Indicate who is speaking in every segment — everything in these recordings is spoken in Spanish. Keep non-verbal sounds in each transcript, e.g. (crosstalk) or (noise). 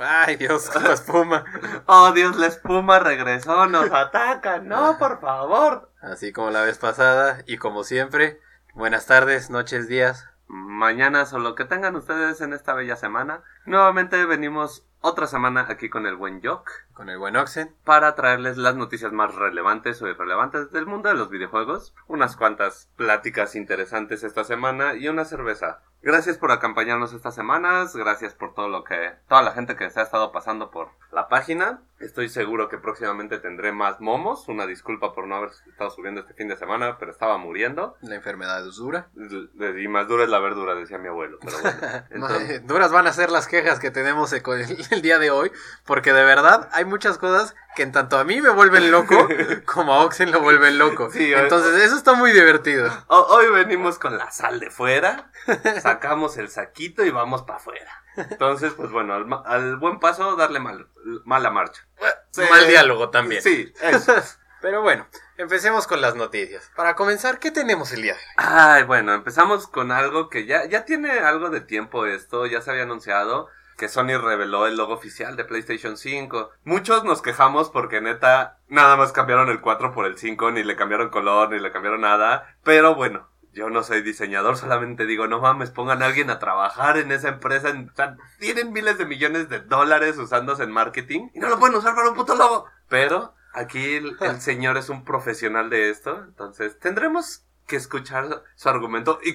Speaker 1: Ay, Dios, la espuma.
Speaker 2: (laughs) Oh, Dios, la espuma regresó, nos ataca. No, por favor.
Speaker 1: Así como la vez pasada y como siempre, buenas tardes, noches, días.
Speaker 2: Mañanas o lo que tengan ustedes en esta bella semana. Nuevamente venimos otra semana aquí con el buen Jock
Speaker 1: Con el buen Oxen.
Speaker 2: para traerles las noticias más relevantes o irrelevantes del mundo de los videojuegos, unas cuantas pláticas interesantes esta semana y una cerveza. Gracias por acompañarnos estas semanas, gracias por todo lo que toda la gente que se ha estado pasando por la página. Estoy seguro que próximamente tendré más momos, una disculpa por no haber estado subiendo este fin de semana, pero estaba muriendo.
Speaker 1: La enfermedad es dura.
Speaker 2: Y más dura es la verdura, decía mi abuelo, pero bueno. Entonces-
Speaker 1: Madre, Duras van a ser las quejas que tenemos eh, con el, (laughs) el día de hoy, porque de verdad hay muchas cosas que en tanto a mí me vuelven
Speaker 2: (laughs)
Speaker 1: loco como a Oxen lo vuelven loco.
Speaker 2: Sí, o-
Speaker 1: Entonces eso está muy divertido.
Speaker 2: Ho- Hoy venimos con la sal de fuera, sacamos el saquito y vamos para afuera. Entonces, pues bueno, al, ma- al buen paso, darle mal, mala marcha. Sí.
Speaker 1: Mal diálogo también.
Speaker 2: Sí, eso.
Speaker 1: Pero bueno, empecemos con las noticias. Para comenzar, ¿qué tenemos el día de hoy?
Speaker 2: Ay, bueno, empezamos con algo que ya, ya tiene algo de tiempo esto, ya se había anunciado que Sony reveló el logo oficial de PlayStation 5. Muchos nos quejamos porque neta, nada más cambiaron el 4 por el 5, ni le cambiaron color, ni le cambiaron nada, pero bueno. Yo no soy diseñador, solamente digo, no mames, pongan a alguien a trabajar en esa empresa. en- o sea, tienen miles de millones de dólares usándose en marketing y no lo pueden usar para un puto logo. Pero aquí el,
Speaker 1: (laughs)
Speaker 2: el señor es un profesional de esto, entonces tendremos que escuchar su argumento y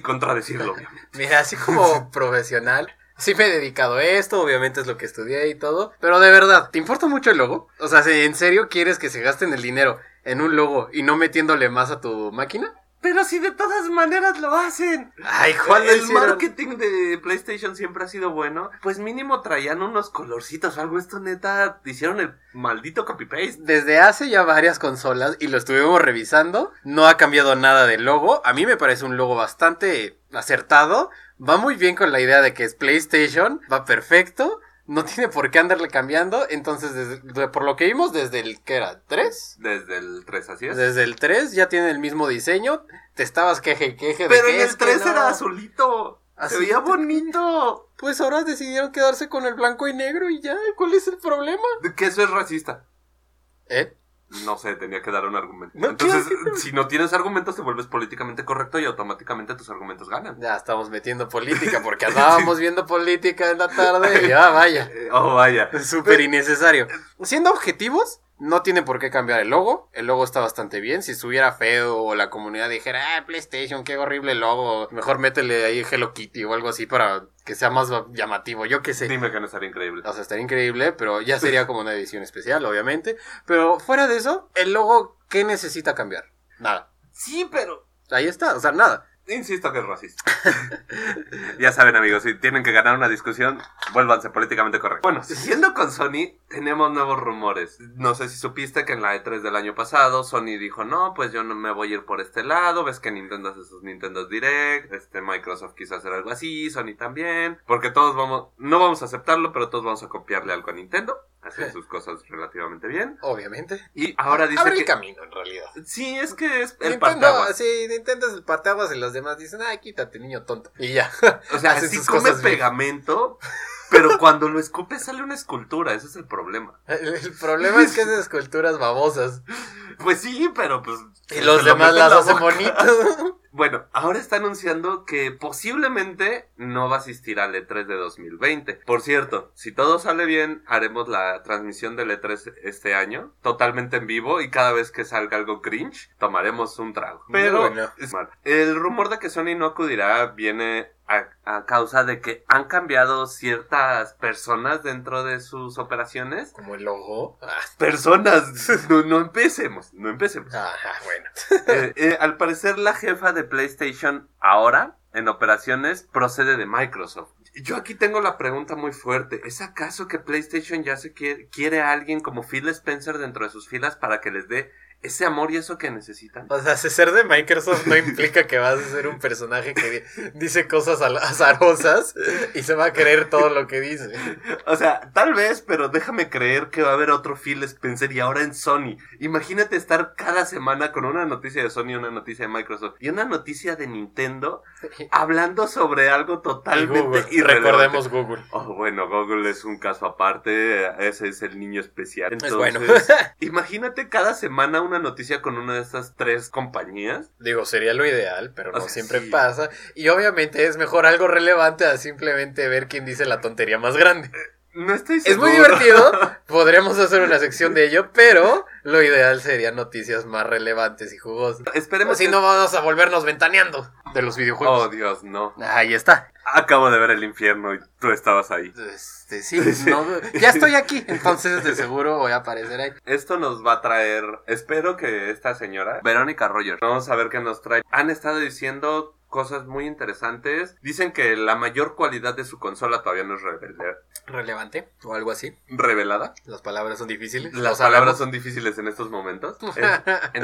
Speaker 1: (laughs)
Speaker 2: contradecirlo. obviamente.
Speaker 1: Mira, así
Speaker 2: (laughs)
Speaker 1: como profesional, sí me he dedicado a esto, obviamente es lo que estudié y todo, pero de verdad, ¿te importa mucho el logo? O sea, si en serio quieres que se gasten el dinero en un logo y no metiéndole más a tu máquina?
Speaker 2: Pero si de todas maneras lo hacen.
Speaker 1: Ay, ¿cuándo
Speaker 2: El
Speaker 1: hicieron?
Speaker 2: marketing de PlayStation siempre ha sido bueno. Pues mínimo traían unos colorcitos o algo. Esto neta, hicieron el maldito copy-paste.
Speaker 1: Desde hace ya varias consolas y lo estuvimos revisando, no ha cambiado nada del logo. A mí me parece un logo bastante acertado. Va muy bien con la idea de que es PlayStation, va perfecto, no (laughs) tiene por qué andarle cambiando. Entonces, desde- de- por lo que vimos desde el que era 3,
Speaker 2: Desde el 3, así es.
Speaker 1: desde el 3 ya tiene el mismo diseño. Te estabas queje y queje de
Speaker 2: Pero
Speaker 1: que
Speaker 2: en
Speaker 1: es
Speaker 2: el
Speaker 1: que
Speaker 2: 3
Speaker 1: no.
Speaker 2: era azulito. Se
Speaker 1: Azulito.
Speaker 2: veía bonito.
Speaker 1: Pues ahora decidieron quedarse con el blanco y negro y ya, ¿cuál es el problema?
Speaker 2: Que eso es racista.
Speaker 1: ¿Eh?
Speaker 2: No sé, tenía que dar un argumento.
Speaker 1: No,
Speaker 2: Entonces,
Speaker 1: claro que no.
Speaker 2: si no tienes argumentos, te vuelves políticamente correcto y automáticamente tus argumentos ganan.
Speaker 1: Ya estamos metiendo política porque
Speaker 2: (laughs)
Speaker 1: andábamos viendo política en la tarde y ya vaya.
Speaker 2: Eh, Oh, vaya.
Speaker 1: Súper innecesario. Siendo objetivos, no tiene por qué cambiar el logo. El logo está bastante bien. Si estuviera feo o la comunidad dijera, ah, PlayStation, qué horrible logo. Mejor métele ahí Hello Kitty o algo así para que sea más llamativo. Yo qué sé.
Speaker 2: Dime que no estaría increíble.
Speaker 1: O sea, estaría increíble, pero ya sería como una edición especial, obviamente. Pero fuera de eso, el logo, ¿qué necesita cambiar? Nada.
Speaker 2: Sí, pero.
Speaker 1: Ahí está, o sea, nada.
Speaker 2: Insisto que es racista. (laughs) ya saben, amigos, si tienen que ganar una discusión, vuélvanse políticamente correctos. Bueno, siguiendo con Sony, tenemos nuevos rumores. No sé si supiste que en la E3 del año pasado, Sony dijo: No, pues yo no me voy a ir por este lado. Ves que Nintendo hace sus Nintendo Direct. Este Microsoft quiso hacer algo así, Sony también. Porque todos vamos, no vamos a aceptarlo, pero todos vamos a copiarle algo a Nintendo. Hacen sus cosas relativamente bien.
Speaker 1: Obviamente.
Speaker 2: Y ahora dice
Speaker 1: Abre el
Speaker 2: que.
Speaker 1: camino, en realidad.
Speaker 2: Sí, es que es el
Speaker 1: Ah, Nintendo,
Speaker 2: parteaguas.
Speaker 1: sí, Nintendo es el pataguas y los demás dicen, ay, quítate, niño tonto. Y ya. (laughs)
Speaker 2: O sea,
Speaker 1: Hacen
Speaker 2: sí
Speaker 1: sus
Speaker 2: come
Speaker 1: cosas bien.
Speaker 2: pegamento, pero cuando lo escupe sale una escultura, ese es el problema.
Speaker 1: El, (laughs) el problema es que esas esculturas babosas.
Speaker 2: Pues sí, pero pues...
Speaker 1: Y los
Speaker 2: se lo
Speaker 1: demás
Speaker 2: meten
Speaker 1: las
Speaker 2: en la
Speaker 1: hacen
Speaker 2: boca.
Speaker 1: bonitas.
Speaker 2: Bueno, ahora está anunciando que posiblemente no va a asistir al E3 de 2020. Por cierto, si todo sale bien, haremos la transmisión del E3 este año, totalmente en vivo, y cada vez que salga algo cringe, tomaremos un trago.
Speaker 1: Muy
Speaker 2: Pero
Speaker 1: bueno.
Speaker 2: es mal. el rumor de que Sony no acudirá viene a, a causa de que han cambiado ciertas personas dentro de sus
Speaker 1: (laughs)
Speaker 2: operaciones.
Speaker 1: Como el ojo. Ah,
Speaker 2: Personas, (laughs) no, no empecemos, no empecemos.
Speaker 1: Ajá, bueno.
Speaker 2: Eh, eh, al parecer la jefa de PlayStation ahora en operaciones procede de Microsoft. Yo aquí tengo la pregunta muy fuerte. ¿Es acaso que PlayStation ya se quiere, quiere a alguien como Phil Spencer dentro de sus filas para que les dé ese amor y eso que necesitan.
Speaker 1: O sea, ser de Microsoft no implica que vas a ser un personaje que di- dice cosas al- azarosas y se va a creer todo lo que dice.
Speaker 2: O sea, tal vez, pero déjame creer que va a haber otro Phil Spencer y ahora en Sony. Imagínate estar cada semana con una noticia de Sony, una noticia de Microsoft y una noticia de Nintendo hablando sobre algo
Speaker 1: Y Google,
Speaker 2: totalmente
Speaker 1: y
Speaker 2: irrelevante.
Speaker 1: recordemos Google.
Speaker 2: Oh, bueno, Google es un caso aparte, ese es el niño especial.
Speaker 1: es Pues bueno. (laughs)
Speaker 2: Entonces, imagínate cada semana una noticia con una de estas tres compañías.
Speaker 1: Digo, sería lo ideal, pero
Speaker 2: O
Speaker 1: no
Speaker 2: sea,
Speaker 1: siempre
Speaker 2: sí.
Speaker 1: pasa. Y obviamente es mejor algo relevante a simplemente ver quién dice la tontería más
Speaker 2: (laughs)
Speaker 1: grande.
Speaker 2: No estoy
Speaker 1: Es
Speaker 2: seguro.
Speaker 1: muy divertido,
Speaker 2: (laughs)
Speaker 1: podríamos hacer una sección de ello, pero lo ideal sería noticias más relevantes y jugosas.
Speaker 2: Esperemos
Speaker 1: Si
Speaker 2: que-
Speaker 1: no pues. vamos a volvernos ventaneando de los videojuegos.
Speaker 2: Oh, Dios, no.
Speaker 1: Ahí está.
Speaker 2: Acabo de ver el infierno y tú estabas ahí.
Speaker 1: Este,
Speaker 2: (laughs)
Speaker 1: sí, no, ya estoy aquí, entonces de seguro voy a aparecer ahí.
Speaker 2: Esto nos va a traer, espero que esta señora, Verónica Rogers, vamos a ver qué nos trae. Han estado diciendo cosas muy interesantes. Dicen que la mayor cualidad de su consola todavía no es revela-
Speaker 1: Relevante o algo así.
Speaker 2: revelada.
Speaker 1: Las palabras son difíciles.
Speaker 2: Las palabras son difíciles en
Speaker 1: (laughs)
Speaker 2: estos momentos. Eh,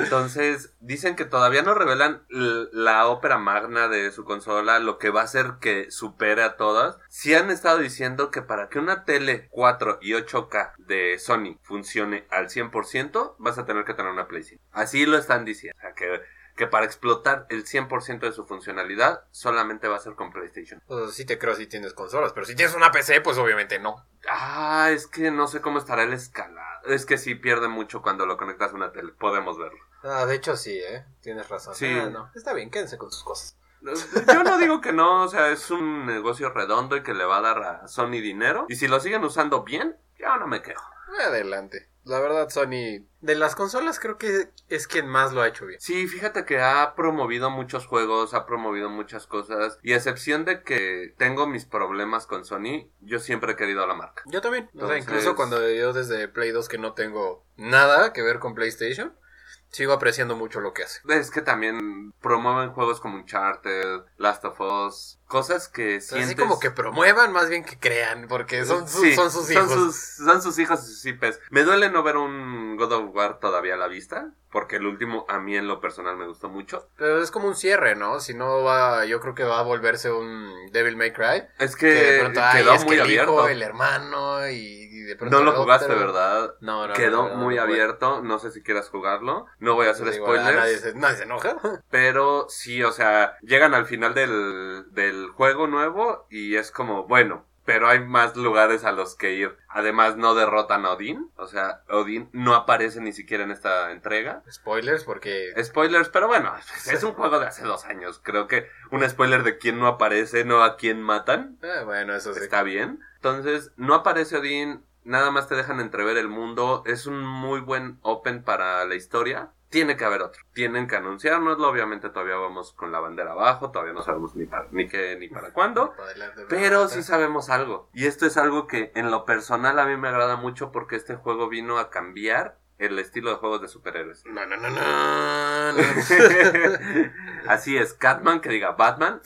Speaker 2: Entonces, dicen que todavía no revelan l- la ópera magna de su consola, lo que va a hacer que supere a todas. Sí han estado diciendo que para que una tele 4 y 8K de Sony funcione al 100%, vas a tener que tener una PlayStation. Así lo están diciendo. O sea, que, que para explotar el 100% de su funcionalidad, solamente va a ser con PlayStation.
Speaker 1: Pues sí te creo si tienes consolas, pero si tienes una PC, pues obviamente no.
Speaker 2: Ah, es que no sé cómo estará el escalado. Es que sí pierde mucho cuando lo conectas a una tele. Podemos verlo.
Speaker 1: Ah, de hecho sí, ¿eh? Tienes razón.
Speaker 2: Sí.
Speaker 1: Ah, no. Está bien, quédense con sus cosas.
Speaker 2: Yo no digo que no, o sea, es un negocio redondo y que le va a dar a Sony dinero. Y si lo siguen usando bien, yo no me quejo.
Speaker 1: Adelante. La verdad, Sony, de las consolas creo que es quien más lo ha hecho bien.
Speaker 2: Sí, fíjate que ha promovido muchos juegos, ha promovido muchas cosas. Y a excepción de que tengo mis problemas con Sony, yo siempre he querido la marca.
Speaker 1: Yo también. O sea,
Speaker 2: Entonces-
Speaker 1: incluso cuando yo desde Play 2 que no tengo nada que ver con PlayStation, sigo apreciando mucho lo que hace.
Speaker 2: Es que también promueven juegos como Uncharted, Last of Us, cosas que
Speaker 1: O sea,
Speaker 2: sientes...
Speaker 1: así como que promuevan más bien que crean, porque son, sus-
Speaker 2: Sí,
Speaker 1: son sus hijos.
Speaker 2: Son sus, son sus hijos y sus IPs. Me duele no ver un God of War todavía a la vista, porque el último a mí en lo personal me gustó mucho.
Speaker 1: Pero es como un cierre, ¿no? Si no va, yo creo que va a volverse un Devil May Cry.
Speaker 2: Es
Speaker 1: Que
Speaker 2: que
Speaker 1: de pronto, ay,
Speaker 2: Eh, quedó
Speaker 1: es que
Speaker 2: muy
Speaker 1: el hijo,
Speaker 2: abierto.
Speaker 1: el hermano y, y de pronto
Speaker 2: No lo
Speaker 1: el
Speaker 2: jugaste,
Speaker 1: otro.
Speaker 2: ¿verdad?
Speaker 1: No, no.
Speaker 2: quedó
Speaker 1: no, no,
Speaker 2: muy
Speaker 1: no jugué.
Speaker 2: abierto. No sé si quieras jugarlo. No voy a hacer
Speaker 1: Digo,
Speaker 2: spoilers.
Speaker 1: Nadie se, nadie se enoja.
Speaker 2: Pero sí, o sea, llegan al final del, del juego nuevo y es como, bueno, pero hay más lugares a los que ir. Además, no derrotan a Odín. O sea, Odín no aparece ni siquiera en esta entrega.
Speaker 1: (laughs) Spoilers porque...
Speaker 2: Spoilers, pero bueno, es un juego de hace dos años. Creo que un spoiler de quién no aparece, no a quién matan.
Speaker 1: Ah, bueno, eso sí.
Speaker 2: está bien. Entonces, no aparece Odín, nada más te dejan entrever el mundo. Es un muy buen open para la historia. Tiene que haber otro. Tienen que anunciárnoslo. Obviamente todavía vamos con la bandera abajo. Todavía no sabemos ni para, ni qué ni para cuándo.
Speaker 1: Para adelante,
Speaker 2: Pero
Speaker 1: para
Speaker 2: sí
Speaker 1: atrás.
Speaker 2: sabemos algo. Y esto es algo que en lo personal a mí me agrada mucho porque este juego vino a cambiar el estilo de juegos de
Speaker 1: (laughs)
Speaker 2: superhéroes.
Speaker 1: No, no, no, no. no.
Speaker 2: Así es, Catman que diga Batman.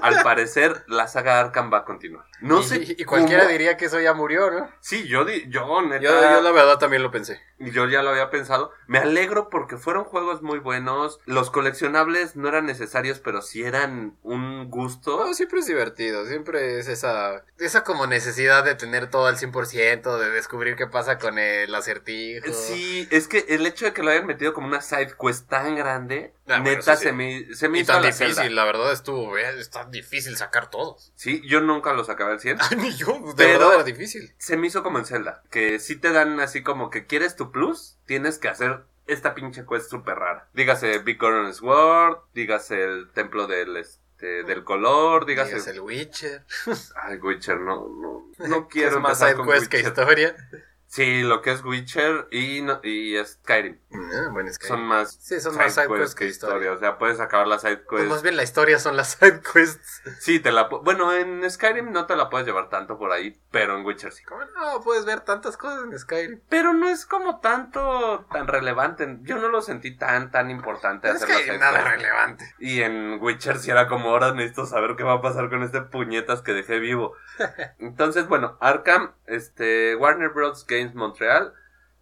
Speaker 2: Al parecer la saga Arkham va a continuar. (laughs) No
Speaker 1: y,
Speaker 2: sé
Speaker 1: y- y cualquiera
Speaker 2: cómo-
Speaker 1: diría que eso ya murió, ¿no?
Speaker 2: Sí, yo, di- yo, neta,
Speaker 1: Yo, yo la verdad también lo pensé.
Speaker 2: yo ya lo había pensado. Me alegro porque fueron juegos muy buenos. Los coleccionables no eran necesarios, pero sí eran un gusto.
Speaker 1: No, Oh, siempre es divertido, siempre es esa, esa como necesidad de tener todo al 100%, de descubrir qué pasa con el acertijo.
Speaker 2: Eh, Sí, es que el hecho de que lo hayan metido como una side quest tan grande,
Speaker 1: Ah, bueno,
Speaker 2: neta,
Speaker 1: eso sí.
Speaker 2: se me, se me
Speaker 1: Y
Speaker 2: hizo
Speaker 1: tan
Speaker 2: a la
Speaker 1: difícil,
Speaker 2: Zelda.
Speaker 1: la verdad estuvo, eh, está difícil sacar todos. (laughs)
Speaker 2: Sí, yo nunca los acabé al 100.
Speaker 1: Ah, Ni yo, de
Speaker 2: Pero-
Speaker 1: verdad era difícil.
Speaker 2: Se me hizo como en Zelda, que sí te dan así como que quieres tu plus, tienes que hacer esta pinche quest súper rara. Dígase Big Orange Sword, dígase el templo del, este, del color, dígase...
Speaker 1: Digas el Witcher,
Speaker 2: Ay, Witcher, no,
Speaker 1: (laughs)
Speaker 2: no, (laughs) no
Speaker 1: que es
Speaker 2: quiero
Speaker 1: más
Speaker 2: empezar
Speaker 1: side
Speaker 2: con
Speaker 1: quest que
Speaker 2: Witcher.
Speaker 1: historia.
Speaker 2: Sí, lo que es Witcher y, no- y Skyrim
Speaker 1: Ah, bueno, es que...
Speaker 2: son más
Speaker 1: sí, son más side quests que historia.
Speaker 2: O sea, puedes acabar la side
Speaker 1: Pues más
Speaker 2: quest.
Speaker 1: bien la historia
Speaker 3: (laughs)
Speaker 1: son las side quests.
Speaker 2: Sí, te la pu- bueno, en Skyrim no te la puedes llevar tanto por ahí, pero en Witcher sí.
Speaker 1: ¿Cómo no? Puedes ver tantas cosas en Skyrim.
Speaker 2: Pero no es como tanto tan relevante. Yo no lo sentí tan tan importante
Speaker 1: Es
Speaker 2: hacer
Speaker 1: que
Speaker 2: la side
Speaker 1: nada
Speaker 2: quest.
Speaker 1: relevante.
Speaker 2: Y en Witcher si era como ahora necesito saber qué va a pasar con este puñetas que dejé vivo. Entonces, bueno, Arkham, este, Warner Bros. Games Montreal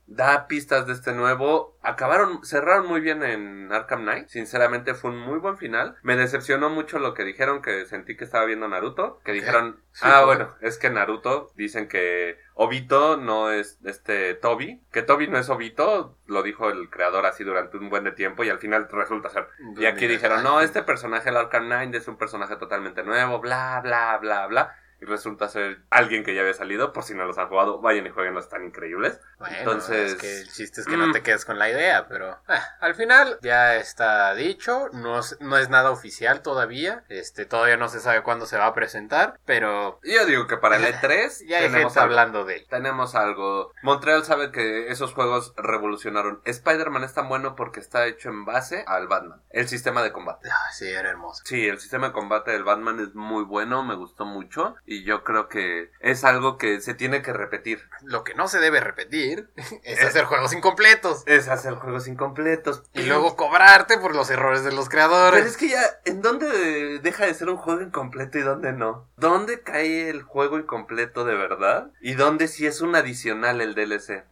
Speaker 2: da pistas de este nuevo. Acabaron, cerraron muy bien en Arkham Knight. Sinceramente fue un muy buen final. Me decepcionó mucho lo que dijeron, que sentí que estaba viendo Naruto. Que dijeron,
Speaker 3: Sí,
Speaker 2: ah,
Speaker 3: ¿no?
Speaker 2: bueno, es que Naruto dicen que Obito no es este Toby. Que Toby no es Obito, lo dijo el creador así durante un buen de tiempo y al final resulta ser.
Speaker 3: Pues
Speaker 2: Y aquí dijeron, no, este personaje, el Arkham Knight, es un personaje totalmente nuevo, bla, bla, bla, bla. Y resulta ser alguien que ya había salido, por si no los han jugado, vayan y jueguen, están increíbles.
Speaker 3: Bueno,
Speaker 2: Entonces-
Speaker 3: Es que el chiste es que no
Speaker 2: Mm.
Speaker 3: te quedas con la idea, pero ah, al final ya está dicho, no es, no es nada oficial todavía, este todavía no se sabe cuándo se va a presentar, pero
Speaker 2: Yo digo que para el E3
Speaker 3: (laughs) ya hay
Speaker 2: tenemos
Speaker 3: gente
Speaker 2: algo.
Speaker 3: hablando de él.
Speaker 2: Tenemos algo. Montreal sabe que esos juegos revolucionaron. Spider-Man es tan bueno porque está hecho en base al Batman. El sistema de combate.
Speaker 3: Ah, sí, era hermoso.
Speaker 2: Sí, el sistema de combate del Batman es muy bueno, me gustó mucho. Y yo creo que es algo que se tiene que repetir.
Speaker 3: Lo que no se debe repetir (laughs) es
Speaker 2: Eh.
Speaker 3: hacer juegos incompletos
Speaker 2: Es hacer juegos incompletos.
Speaker 3: y luego cobrarte por los errores de los creadores.
Speaker 2: Pero Pues es que ya, ¿en dónde deja de ser un juego incompleto y dónde no? ¿Dónde cae el juego incompleto de verdad? ¿Y dónde sí es un adicional el DLC?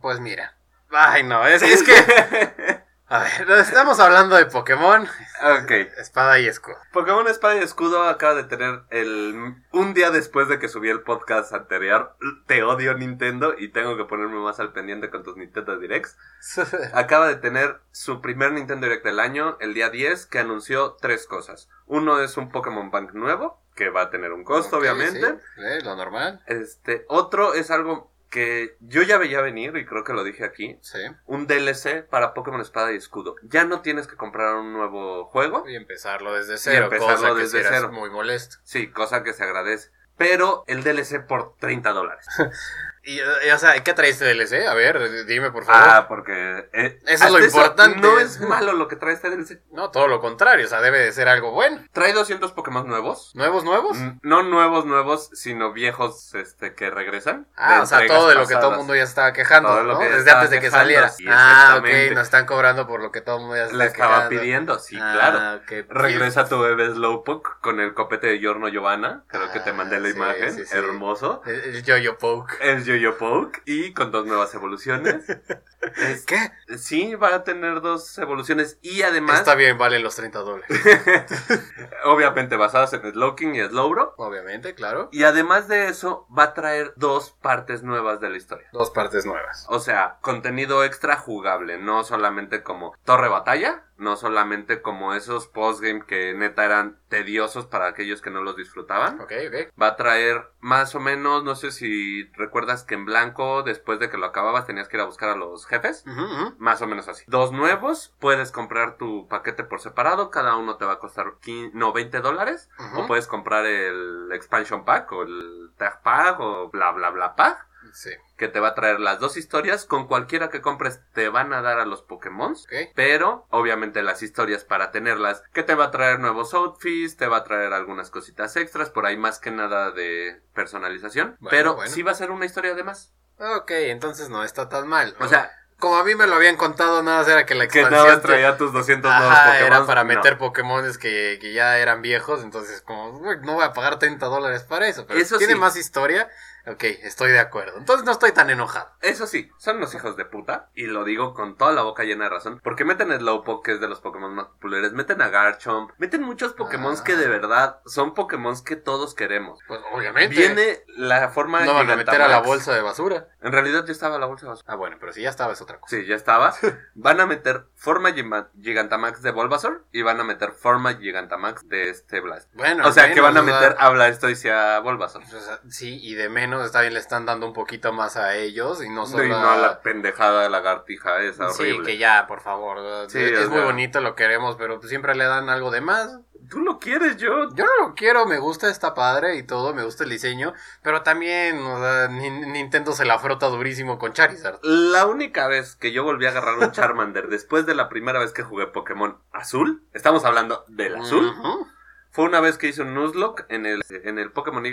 Speaker 3: Pues mira. Ay, no, es, es
Speaker 2: (laughs)
Speaker 3: que... A ver, estamos hablando de Pokémon,
Speaker 2: Ah, ok.
Speaker 3: Espada y Escudo.
Speaker 2: Pokémon Espada y Escudo acaba de tener el... Un día después de que subí el podcast anterior, te odio Nintendo y tengo que ponerme más al pendiente con tus Nintendo Directs. acaba de tener su primer Nintendo Direct del año, el día 10, que anunció tres cosas. Uno es un Pokémon Bank nuevo, que va a tener un costo,
Speaker 3: Ok,
Speaker 2: obviamente.
Speaker 3: sí, eh, lo normal,
Speaker 2: Este, otro es algo que yo ya veía venir, y creo que lo dije aquí,
Speaker 3: sí.
Speaker 2: un DLC para Pokémon Espada y Escudo. Ya no tienes que comprar un nuevo juego,
Speaker 1: Y empezarlo desde cero,
Speaker 2: empezarlo
Speaker 1: cosa que
Speaker 2: desde
Speaker 1: sí era
Speaker 2: cero.
Speaker 1: muy molesto.
Speaker 2: sí, cosa que se agradece. Pero el DLC por 30
Speaker 1: (laughs)
Speaker 2: dólares.
Speaker 1: Y, eh, o sea, ¿qué traes de DLC? A ver, dime por favor.
Speaker 2: Ah, porque... eh,
Speaker 3: Eso es
Speaker 2: hasta
Speaker 3: lo importante.
Speaker 2: No es malo lo que trae este DLC.
Speaker 1: No, todo lo contrario, o sea, debe de ser algo bueno.
Speaker 2: Trae 200 Pokémon nuevos.
Speaker 1: ¿Nuevos, nuevos?
Speaker 2: Mm, No nuevos, nuevos, sino viejos este, que regresan.
Speaker 1: Ah, o sea,
Speaker 2: entregas
Speaker 1: todo de lo que
Speaker 2: pasadas.
Speaker 1: todo el mundo ya se estaba quejando,
Speaker 2: Todo lo
Speaker 1: ¿no?
Speaker 2: que ya
Speaker 1: Desde
Speaker 2: estaba
Speaker 1: antes de que
Speaker 2: quejando,
Speaker 1: saliera.
Speaker 2: sí,
Speaker 1: ah, ok,
Speaker 2: exactamente.
Speaker 1: nos están cobrando por lo que todo el mundo ya se
Speaker 2: Le
Speaker 1: está
Speaker 2: estaba
Speaker 1: quejando.
Speaker 2: pidiendo, sí,
Speaker 1: Ah,
Speaker 2: claro.
Speaker 1: ok.
Speaker 2: Regresa tu bebé Slowpoke con el copete de Yorno Giovanna. Creo que te
Speaker 1: Ah,
Speaker 2: mandé la
Speaker 1: sí,
Speaker 2: imagen.
Speaker 1: sí, sí.
Speaker 2: Hermoso.
Speaker 1: El, el yo-yo poke.
Speaker 2: El Yo-Yo Poke y con dos nuevas evoluciones.
Speaker 1: (laughs)
Speaker 2: Es-
Speaker 1: ¿Qué?
Speaker 2: sí, va a tener dos evoluciones y además,
Speaker 1: Está bien, valen los 30
Speaker 2: (laughs)
Speaker 1: dólares.
Speaker 2: obviamente basadas en Slowking y Slowbro.
Speaker 1: Obviamente, claro.
Speaker 2: Y además de eso, va a traer dos partes nuevas de la historia.
Speaker 1: Dos partes nuevas.
Speaker 2: O sea, contenido extra jugable, no solamente como torre batalla, no solamente como esos postgame que neta eran tediosos para aquellos que no los disfrutaban.
Speaker 1: Ok, ok.
Speaker 2: Va a traer más o menos, no sé si recuerdas que en blanco, después de que lo acababas, tenías que ir a buscar a los jefes.
Speaker 1: Ujú, ujú.
Speaker 2: Más o menos así. Dos nuevos, puedes comprar tu paquete por separado, cada uno te va a costar 15, no, 20 dólares.
Speaker 1: Ujú.
Speaker 2: O puedes comprar el expansion pack o el tag pack o bla bla bla pack
Speaker 1: Sí,
Speaker 2: que te va a traer las dos historias. Con cualquiera que compres te van a dar a los Pokémon.
Speaker 1: ok.
Speaker 2: Pero, obviamente, las historias para tenerlas, que te va a traer nuevos outfits, te va a traer algunas cositas extras, por ahí más que nada de personalización.
Speaker 1: Bueno,
Speaker 2: pero
Speaker 1: bueno.
Speaker 2: sí va a ser una historia de más.
Speaker 1: Ok, entonces no está tan mal.
Speaker 2: O sea,
Speaker 1: como a mí me lo habían contado, nada más era Ah, que la
Speaker 2: que
Speaker 1: expansión...
Speaker 2: nada más
Speaker 1: te-
Speaker 2: traía tus 200 nuevos
Speaker 1: Ajá,
Speaker 2: Pokémon.
Speaker 1: era para meter Pokémones que, que ya eran viejos, entonces como, "Uy, no voy a pagar 30 dólares para eso, pero
Speaker 2: Eso
Speaker 1: si tiene
Speaker 2: sí.
Speaker 1: más historia, ok, estoy de acuerdo. Entonces no estoy tan enojado.
Speaker 2: Eso sí, son unos hijos de puta. Y lo digo con toda la boca llena de razón. Porque meten a Slowpoke, que es de los Pokémon más populares. Meten a Garchomp. Meten muchos Pokémon
Speaker 1: Ah.
Speaker 2: que de verdad son Pokémon que todos queremos.
Speaker 1: Pues obviamente
Speaker 2: Viene la forma
Speaker 1: no van a meter a la
Speaker 2: Gigantamax.
Speaker 1: bolsa de basura.
Speaker 2: En realidad ya estaba la bolsa de basura.
Speaker 1: Ah, bueno, pero si ya estaba es otra cosa.
Speaker 2: Sí, ya estaba. Van a meter forma Gima- Gigantamax de Bulbasaur y van a meter forma Gigantamax de este Blast.
Speaker 1: Bueno,
Speaker 2: O sea, que
Speaker 1: menos,
Speaker 2: van a
Speaker 1: o sea,
Speaker 2: meter a Blastoise y a Bulbasaur.
Speaker 1: o sea, sí, y de menos, está bien, le están dando un poquito más a ellos y no solo
Speaker 2: y no
Speaker 1: a-
Speaker 2: a la pendejada de lagartija esa
Speaker 1: Sí,
Speaker 2: horrible.
Speaker 1: que ya, por favor.
Speaker 2: Sí,
Speaker 1: es
Speaker 2: o
Speaker 1: muy
Speaker 2: sea.
Speaker 1: bonito, lo queremos, pero siempre le dan algo de más.
Speaker 2: Tú lo quieres, yo.
Speaker 1: Yo no lo quiero, me gusta, está padre y todo, me gusta el diseño, pero también, o sea, Nin- Nintendo se la frota durísimo con Charizard.
Speaker 2: La única vez que yo volví a agarrar un Charmander después de la primera vez que jugué Pokémon Azul, estamos hablando del
Speaker 1: Mm.
Speaker 2: Azul,
Speaker 1: Ujú.
Speaker 2: fue una vez que hice un Nuzlocke en el, en el Pokémon Y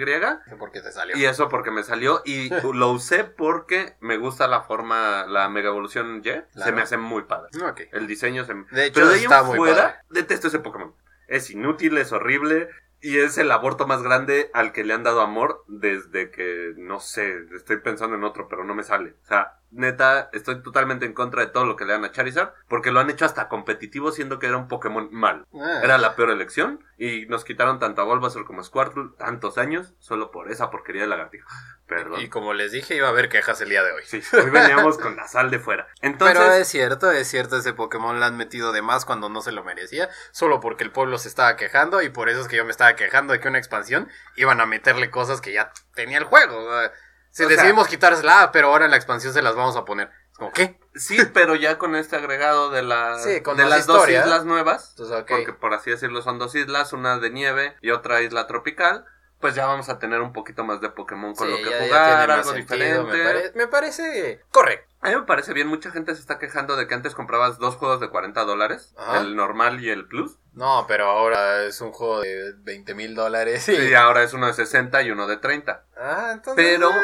Speaker 1: Porque te salió.
Speaker 2: Y eso porque me salió y lo usé porque me gusta la forma, la mega evolución Y. Se me hace muy padre.
Speaker 1: Ok.
Speaker 2: El diseño se me...
Speaker 1: De hecho,
Speaker 2: Pero de ahí
Speaker 1: Mm. está
Speaker 2: en
Speaker 1: muy
Speaker 2: fuera,
Speaker 1: padre.
Speaker 2: detesto ese Pokémon. Es inútil, es horrible y es el aborto más grande al que le han dado amor desde que, no sé, estoy pensando en otro, pero no me sale. O sea, neta, estoy totalmente en contra de todo lo que le dan a Charizard, porque lo han hecho hasta competitivo siendo que era un Pokémon malo.
Speaker 3: Ah.
Speaker 2: Era la peor elección y nos quitaron tanto a Bulbasaur como a Squirtle tantos años solo por esa porquería de lagartija. Perdón.
Speaker 1: Y como les dije, iba a haber quejas el día de hoy.
Speaker 2: Sí, hoy veníamos con la sal de fuera. Entonces,
Speaker 3: Pero es cierto, es cierto, ese Pokémon lo han metido de más cuando no se lo merecía, solo porque el pueblo se estaba quejando y por eso es que yo me estaba quejando de que una expansión iban a meterle cosas que ya tenía el juego. o sea, si
Speaker 2: O sea-
Speaker 3: decidimos quitársela, ah, pero ahora en la expansión se las vamos a poner. Es como, ¿qué?
Speaker 2: sí, pero ya con este agregado de, la,
Speaker 1: Sí, con
Speaker 2: de
Speaker 1: más
Speaker 2: las
Speaker 1: historia.
Speaker 2: dos islas nuevas,
Speaker 1: Entonces, ok.
Speaker 2: porque por así decirlo son dos islas, una de nieve y otra isla tropical, pues ya vamos a tener un poquito más de Pokémon con
Speaker 1: Sí,
Speaker 2: lo que
Speaker 1: ya- ya
Speaker 2: jugar,
Speaker 1: tiene más
Speaker 2: algo
Speaker 1: sentido,
Speaker 2: diferente.
Speaker 1: Me, pare- me parece correcto.
Speaker 2: A mí me parece bien, mucha gente se está quejando de que antes comprabas dos juegos de 40 dólares,
Speaker 1: Ajá.
Speaker 2: el normal y el plus,
Speaker 1: No, pero ahora es un juego de 20 mil dólares.
Speaker 2: y ahora es uno de 60 y uno de 30.
Speaker 1: Ah, entonces.
Speaker 2: Pero-
Speaker 1: eh,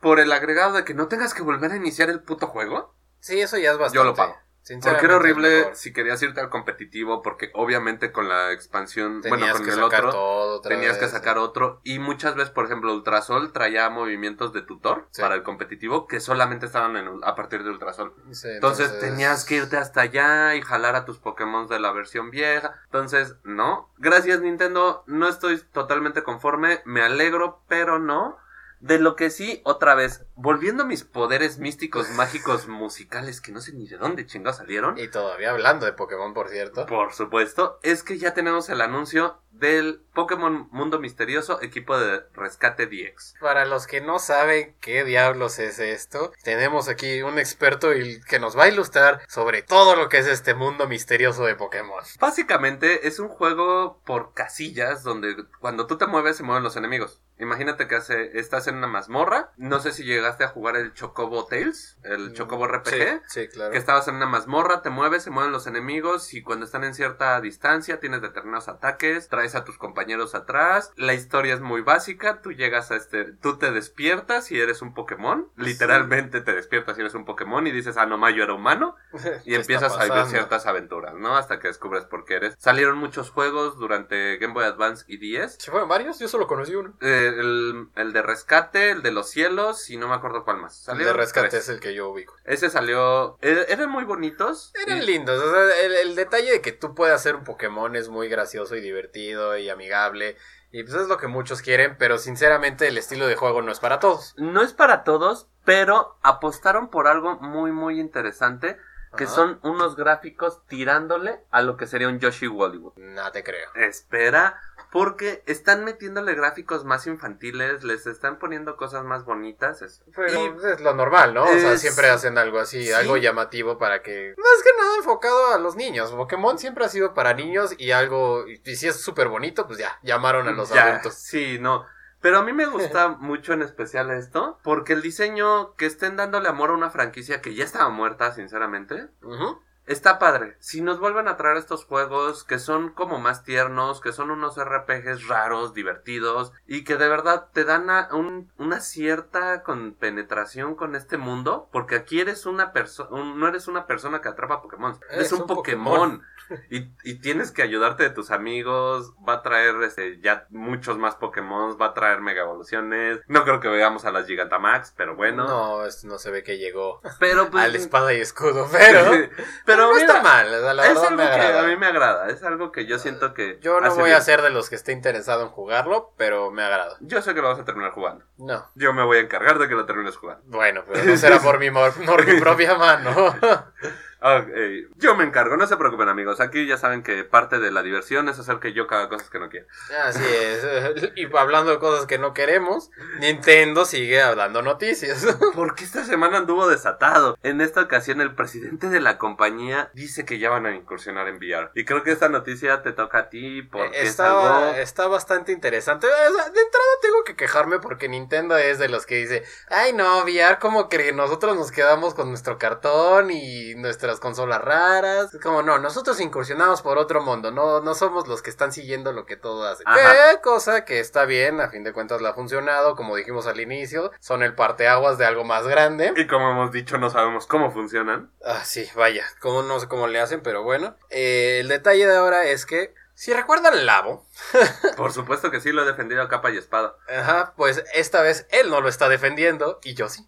Speaker 2: Por el agregado de que no tengas que volver a iniciar el puto juego,
Speaker 1: sí, eso ya es bastante.
Speaker 2: yo lo pago. Porque
Speaker 1: Sinceramente,
Speaker 2: era
Speaker 1: es
Speaker 2: horrible
Speaker 1: mejor.
Speaker 2: si querías irte al competitivo, porque obviamente con la expansión,
Speaker 1: Tenías
Speaker 2: bueno, con
Speaker 1: que
Speaker 2: el
Speaker 1: sacar
Speaker 2: otro,
Speaker 1: todo. otra
Speaker 2: tenías que
Speaker 1: vez.
Speaker 2: sacar otro. Y muchas veces, por ejemplo, Ultrasol traía movimientos de tutor
Speaker 1: Sí.
Speaker 2: para el competitivo que solamente estaban en ul- a partir de Ultrasol.
Speaker 1: Sí,
Speaker 2: Entonces, tenías que irte hasta allá y jalar a tus Pokémon de la versión vieja. Entonces, no. Gracias Nintendo, no estoy totalmente conforme, me alegro, pero no. De lo que sí, otra vez, volviendo a mis poderes místicos, mágicos, musicales, que no sé ni de dónde chingados salieron.
Speaker 1: Y todavía hablando de Pokémon, por cierto.
Speaker 2: Por supuesto, es que ya tenemos el anuncio del Pokémon Mundo Misterioso Equipo de Rescate DX.
Speaker 1: Para los que no saben qué diablos es esto, tenemos aquí un experto y- que nos va a ilustrar sobre todo lo que es este mundo misterioso de Pokémon.
Speaker 2: Básicamente es un juego por casillas donde cuando tú te mueves se mueven los enemigos. Imagínate que hace- estás en una mazmorra. No sé si llegaste a jugar el Chocobo Tales, el Chocobo RPG.
Speaker 1: Sí, sí, claro.
Speaker 2: Que estabas en una mazmorra, te mueves, se mueven los enemigos y cuando están en cierta distancia tienes determinados ataques, traes a tus compañeros atrás. La historia es muy básica, tú llegas a este, tú te despiertas y eres un Pokémon, literalmente te despiertas y eres un Pokémon y dices, ah, no, ma, yo era
Speaker 1: (laughs)
Speaker 2: humano y
Speaker 1: ¿Qué
Speaker 2: empiezas
Speaker 1: está
Speaker 2: a vivir
Speaker 1: pasando?
Speaker 2: ciertas aventuras, ¿no? Hasta que descubres por qué eres. Salieron muchos juegos durante Game Boy Advance y 10.
Speaker 1: Sí, fueron varios, yo solo conocí uno.
Speaker 2: El, el de rescate, el de los cielos y no me acuerdo cuál
Speaker 1: El
Speaker 2: más.
Speaker 1: de
Speaker 2: Salieron
Speaker 1: rescate
Speaker 2: tres.
Speaker 1: es el que yo ubico.
Speaker 2: Ese salió. er- Eran muy bonitos.
Speaker 1: Eran
Speaker 2: y-
Speaker 1: lindos, o sea, el, el detalle de que tú puedas ser un Pokémon es muy gracioso y divertido y amigable. Y pues es lo que muchos quieren, pero sinceramente el estilo de juego no es para todos.
Speaker 2: No es para todos, pero apostaron por algo muy, muy interesante, que
Speaker 1: Ajá.
Speaker 2: son unos gráficos tirándole a lo que sería un Yoshi Hollywood.
Speaker 1: No te creo.
Speaker 2: Espera, porque están metiéndole gráficos más infantiles, les están poniendo cosas más bonitas. es-
Speaker 1: Pero pues,
Speaker 2: Y-
Speaker 1: es lo normal, ¿no? O sea,
Speaker 2: es-
Speaker 1: siempre hacen algo así,
Speaker 2: sí.
Speaker 1: algo llamativo para que... Más que nada enfocado a los niños. Pokémon siempre ha sido para niños y algo... Y y si es súper bonito, pues ya, llamaron a los
Speaker 2: Mm, Ya,
Speaker 1: adultos.
Speaker 2: Sí, no. Pero a mí me (laughs) gusta mucho en especial esto, porque el diseño que estén dándole amor a una franquicia que ya estaba muerta, sinceramente,
Speaker 1: Ujú.
Speaker 2: Está padre. Si nos vuelven a traer estos juegos que son como más tiernos, que son unos RPGs raros, divertidos y que de verdad te dan a- un- una cierta compenetración con este mundo, porque aquí eres una persona, no eres una persona que atrapa Pokémon, eres
Speaker 1: Eres
Speaker 2: un,
Speaker 1: un
Speaker 2: Pokémon. Y, y tienes que ayudarte de tus amigos. Va a traer este, ya muchos más Pokémon. Va a traer Mega Evoluciones. No creo que veamos a las Gigantamax, pero bueno.
Speaker 1: No, esto no se ve que
Speaker 2: (laughs)
Speaker 1: llegó
Speaker 2: Pero pues.
Speaker 1: al espada y escudo, pero...
Speaker 2: (laughs) pero
Speaker 1: no
Speaker 2: mira,
Speaker 1: está mal, o sea, la
Speaker 2: es
Speaker 1: verdad
Speaker 2: algo
Speaker 1: me
Speaker 2: que
Speaker 1: agrada.
Speaker 2: a mí me agrada, es algo que yo siento que...
Speaker 1: Yo no
Speaker 2: hace
Speaker 1: voy a
Speaker 2: bien.
Speaker 1: ser de los que esté interesado en jugarlo, pero me agrada.
Speaker 2: Yo sé que lo vas a terminar jugando.
Speaker 1: No.
Speaker 2: Yo me voy a encargar de que lo termines jugando.
Speaker 1: Bueno, pero no
Speaker 2: (laughs)
Speaker 1: será por mi, mor- por mi propia mano. (laughs)
Speaker 2: Ok, Ah, eh, Yo me encargo, no se preocupen amigos. Aquí ya saben que parte de la diversión es hacer que yo haga cosas que no quiero.
Speaker 1: Así es. (laughs) Y hablando de cosas que no queremos, Nintendo sigue hablando noticias.
Speaker 2: (laughs) Porque esta semana anduvo desatado. En esta ocasión el presidente de la compañía dice que ya van a incursionar en VR. Y creo que esta noticia te toca a ti (laughs) porque es algo...
Speaker 1: Está, está bastante interesante. O sea, de entrada tengo que quejarme porque Nintendo es de los que dice, ay no, VR como que nosotros nos quedamos con nuestro cartón y nuestras consolas raras. Es Como no, nosotros incursionamos por otro mundo, no, no somos los que están siguiendo lo que todo hace.
Speaker 2: Ajá.
Speaker 1: Eh, cosa que está bien, a fin de cuentas la ha funcionado, como dijimos al inicio, son el parteaguas de algo más grande.
Speaker 2: Y como hemos dicho, no sabemos cómo funcionan.
Speaker 1: Ah, sí, vaya. Como no sé cómo le hacen, pero bueno. Eh, el detalle de ahora es que Si recuerdan Labo,
Speaker 2: Por supuesto que sí, lo he defendido a capa y espada.
Speaker 1: ajá, pues esta vez él no lo está defendiendo y yo sí.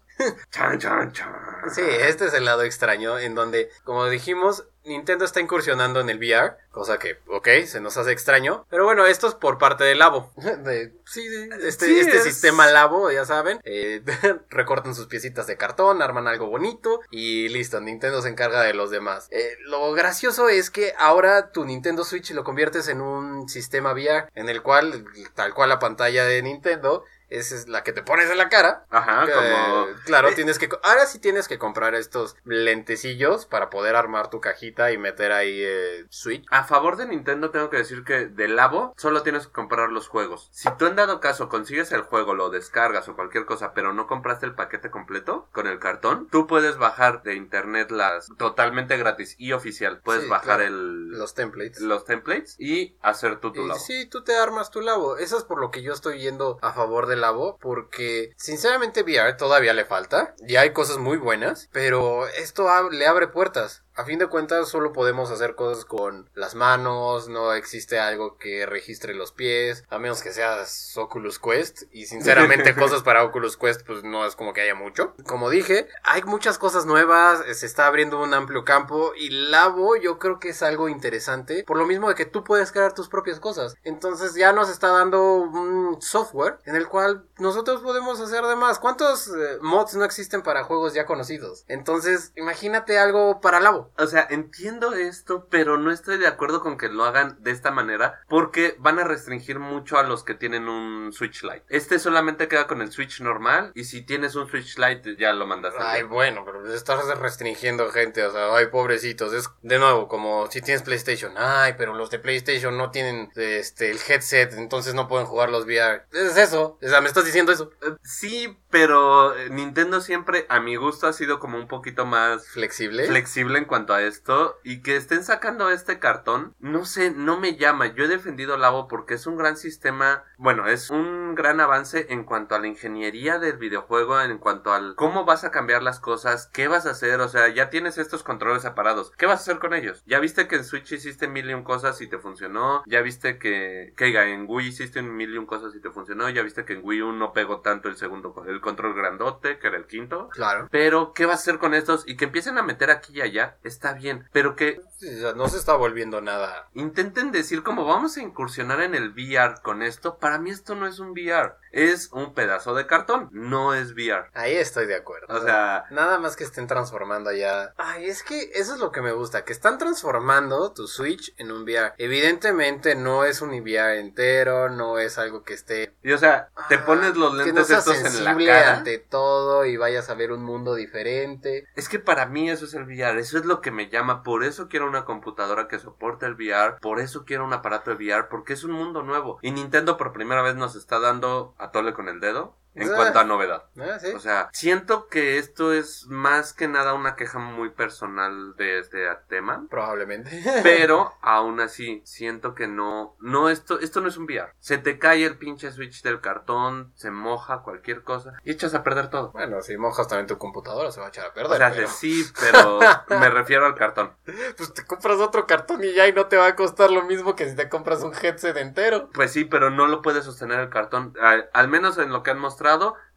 Speaker 2: Chan, chan, chan.
Speaker 1: Sí, este es el lado extraño en donde, como dijimos, Nintendo está incursionando en el VR, cosa que, ok, se nos hace extraño, pero bueno, esto es por parte de Labo. (laughs) De- sí, sí, este,
Speaker 2: Sí,
Speaker 1: este
Speaker 2: es-
Speaker 1: sistema Labo, ya saben, eh, (laughs) recortan sus piecitas de cartón, arman algo bonito y listo, Nintendo se encarga de los demás. Eh, lo gracioso es que ahora tu Nintendo Switch lo conviertes en un sistema VR en el cual, tal cual la pantalla de Nintendo, esa es la que te pones en la cara.
Speaker 2: Ajá,
Speaker 1: Que,
Speaker 2: Ah, como...
Speaker 1: Claro,
Speaker 2: eh,
Speaker 1: tienes que... co- Ahora sí tienes que comprar estos lentecillos para poder armar tu cajita y meter ahí eh, Switch.
Speaker 2: A favor de Nintendo tengo que decir que de Labo solo tienes que comprar los juegos. Si tú en dado caso consigues el juego, lo descargas o cualquier cosa, pero no compraste el paquete completo con el cartón, tú puedes bajar de internet las totalmente gratis y oficial. Puedes
Speaker 1: Sí,
Speaker 2: bajar
Speaker 1: claro.
Speaker 2: el los,
Speaker 1: Los templates.
Speaker 2: templates y hacer tú tu
Speaker 1: Y
Speaker 2: Labo.
Speaker 1: sí, tú te armas tu labo. Eso es por lo que yo estoy yendo a favor del labo, porque sinceramente VR todavía le falta. Y hay cosas muy buenas, pero esto ab- le abre puertas. A fin de cuentas, solo podemos hacer cosas con las manos, no existe algo que registre los pies, a menos que seas Oculus Quest. Y
Speaker 2: (laughs)
Speaker 1: sinceramente, cosas para Oculus Quest, pues no es como que haya mucho. Como dije, hay muchas cosas nuevas, eh, se está abriendo un amplio campo y Labo yo creo que es algo interesante, por lo mismo de que tú puedes crear tus propias cosas. Entonces ya nos está dando un software en el cual nosotros podemos hacer de más. ¿Cuántos eh, mods no existen para juegos ya conocidos? Entonces, imagínate algo para Labo.
Speaker 2: O sea, entiendo esto, pero no estoy de acuerdo con que lo hagan de esta manera porque van a restringir mucho a los que tienen un Switch Lite. Este solamente queda con el Switch normal y si tienes un Switch Lite ya lo mandas. al-
Speaker 1: Ay, bueno, pero estás restringiendo gente, o sea, ay, pobrecitos, es de nuevo como si tienes PlayStation, ay, pero los de PlayStation no tienen este el headset, entonces no pueden jugar los VR. Es eso, o sea, me estás diciendo eso.
Speaker 2: Eh, Sí, pero eh, Nintendo siempre, a mi gusto, ha sido como un poquito más
Speaker 1: Flexible.
Speaker 2: flexible en cuanto a esto y que estén sacando este cartón, no sé, no me llama. Yo he defendido Labo porque es un gran sistema, bueno, es un gran avance en cuanto a la ingeniería del videojuego, en cuanto al cómo vas a cambiar las cosas, qué vas a hacer, o sea, ya tienes estos controles separados, ¿qué vas a hacer con ellos? Ya viste que en Switch hiciste mil y un cosas y te funcionó, ya viste que, que diga, en Wii hiciste un mil y un cosas y te funcionó, ya viste que en Wii U no pegó tanto el segundo, el control grandote, que era el quinto.
Speaker 1: Claro.
Speaker 2: Pero, ¿qué va a hacer con estos? Y que empiecen a meter aquí y allá, está bien. Pero que
Speaker 1: Sí, o sea, no se está volviendo nada.
Speaker 2: intenten decir como vamos a incursionar en el VR con esto. Para mí esto no es un VR. Es un pedazo de cartón. No es VR.
Speaker 1: Ahí estoy de acuerdo.
Speaker 2: O sea,
Speaker 1: Nada más que estén transformando ya. Ay, es que eso es lo que me gusta, que están transformando tu Switch en un VR. Evidentemente no es un VR entero, no es algo que esté
Speaker 2: y o sea, te
Speaker 1: Ah,
Speaker 2: pones los
Speaker 1: que no
Speaker 2: lentes
Speaker 1: seas
Speaker 2: estos en la
Speaker 1: sensible
Speaker 2: cara.
Speaker 1: ante todo y vayas a ver un mundo diferente.
Speaker 2: Es que para mí eso es el VR, eso es lo que me llama, por eso quiero una computadora que soporte el VR, por eso quiero un aparato de VR, porque es un mundo nuevo. Y Nintendo por primera vez nos está dando a tole con el dedo en
Speaker 1: Ah.
Speaker 2: cuanto a novedad.
Speaker 1: Ah, sí.
Speaker 2: O sea, siento que esto es más que nada una queja muy personal de este
Speaker 1: (laughs)
Speaker 2: tema.
Speaker 1: Probablemente.
Speaker 2: Pero aún así, siento que no, no, esto, esto no es un VR. Se te cae el pinche switch del cartón, se moja cualquier cosa y echas a perder todo.
Speaker 1: (laughs) Bueno, si mojas también tu computadora se va a echar a
Speaker 2: O
Speaker 1: perder.
Speaker 2: sea,
Speaker 1: pero-
Speaker 2: sí, pero me refiero al cartón.
Speaker 1: Pues te compras otro cartón y ya y no te va a costar lo mismo que si te compras un headset entero.
Speaker 2: Pues sí, pero no lo puedes sostener el cartón. Al, al menos en lo que han mostrado,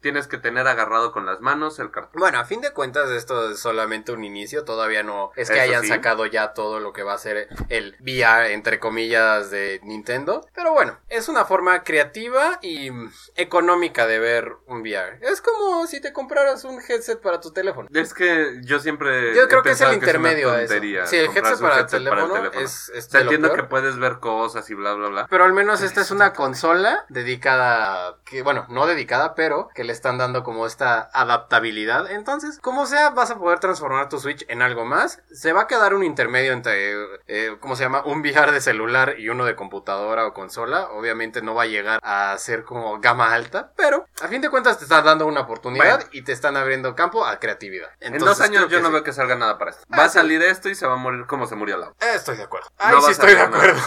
Speaker 2: tienes que tener agarrado con las manos el cartón.
Speaker 1: Bueno, a fin de cuentas esto es solamente un inicio, todavía no es que
Speaker 2: Eso
Speaker 1: hayan
Speaker 2: sí.
Speaker 1: sacado ya todo lo que va a ser el VR entre comillas de Nintendo, pero bueno, es una forma creativa y mm, económica de ver un VR. Es como si te compraras un headset para tu teléfono.
Speaker 2: Es que yo siempre.
Speaker 1: Yo
Speaker 2: he
Speaker 1: creo que es
Speaker 2: pensado
Speaker 1: el
Speaker 2: una
Speaker 1: intermedio a eso.
Speaker 2: tontería
Speaker 1: Sí, el
Speaker 2: comprarse
Speaker 1: headset
Speaker 2: un
Speaker 1: para,
Speaker 2: headset
Speaker 1: el teléfono es, es
Speaker 2: O sea,
Speaker 1: de lo
Speaker 2: entiendo que
Speaker 1: peor.
Speaker 2: puedes ver cosas y bla, bla, bla.
Speaker 1: Pero al menos esta es una consola dedicada, a- que bueno, no dedicada, pero que le están dando como esta adaptabilidad. Entonces, como sea, vas a poder transformar tu Switch en algo más. Se va a quedar un intermedio entre, eh, ¿cómo se llama? Un VR de celular y uno de computadora o consola. Obviamente no va a llegar a ser como gama alta, pero a fin de cuentas te están dando una oportunidad
Speaker 2: Bueno.
Speaker 1: y te están abriendo campo a creatividad.
Speaker 2: en dos
Speaker 1: Entonces,
Speaker 2: años
Speaker 1: creo
Speaker 2: yo
Speaker 1: que
Speaker 2: no
Speaker 1: sí.
Speaker 2: veo que salga nada para esto.
Speaker 1: Ah,
Speaker 2: Va a
Speaker 1: sí.
Speaker 2: salir esto y se va a morir como se murió la
Speaker 1: Eh, Estoy de acuerdo.
Speaker 2: No
Speaker 1: Ay,
Speaker 2: vas
Speaker 1: sí
Speaker 2: a
Speaker 1: estoy de
Speaker 2: ganar.
Speaker 1: acuerdo.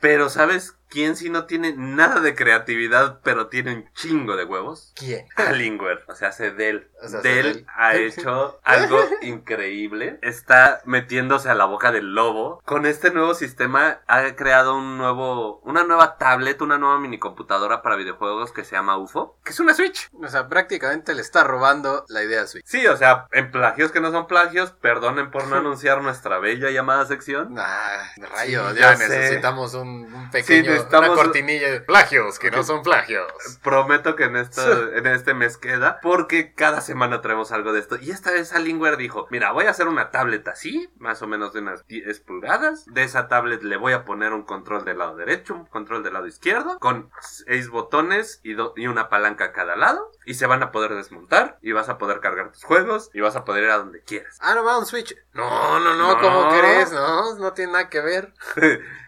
Speaker 2: Pero ¿sabes ¿Quién si no tiene nada de creatividad, pero tiene un chingo
Speaker 1: (laughs)
Speaker 2: de huevos?
Speaker 4: ¿Quién?
Speaker 2: Alienware, o sea, hace Dell.
Speaker 4: O sea, hace
Speaker 2: Dell
Speaker 4: Dell.
Speaker 2: ha hecho
Speaker 1: (laughs)
Speaker 2: algo increíble. Está metiéndose a la boca del lobo. Con este nuevo sistema ha creado un nuevo, una nueva tablet, una nueva minicomputadora para videojuegos que se llama UFO, que es una Switch.
Speaker 1: O sea, prácticamente le está robando la idea a Switch.
Speaker 2: Sí, o sea, en plagios que no son plagios, perdonen por no anunciar nuestra bella llamada sección.
Speaker 4: Ah, rayos,
Speaker 2: Sí,
Speaker 4: ya
Speaker 2: ya sé.
Speaker 4: necesitamos un, un pequeño,
Speaker 2: necesitamos-
Speaker 4: una cortinilla de plagios que no
Speaker 2: Ok.
Speaker 4: son plagios.
Speaker 2: Prometo que en, esto, en este mes queda, porque cada semana traemos algo de esto. Y esta vez Alienware dijo, mira, voy a hacer una tablet así, más o menos de unas 10 pulgadas. De esa tablet le voy a poner un control del lado derecho, un control del lado izquierdo, con 6 botones y, do- y una palanca a cada lado. Y se van a poder desmontar, y vas a poder cargar tus juegos, y vas a poder ir a donde quieras.
Speaker 1: Ah, no va un Switch. No, no,
Speaker 2: No.
Speaker 1: no, ¿cómo crees? No, no tiene nada que ver.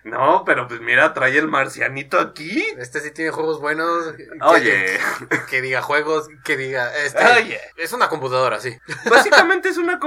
Speaker 2: No, pero pues mira, trae el marcianito aquí.
Speaker 1: Este sí tiene juegos buenos. que-
Speaker 2: Oye,
Speaker 1: Que, que diga juegos, que diga. Este,
Speaker 2: oye.
Speaker 1: Es una computadora, sí.
Speaker 2: Básicamente es una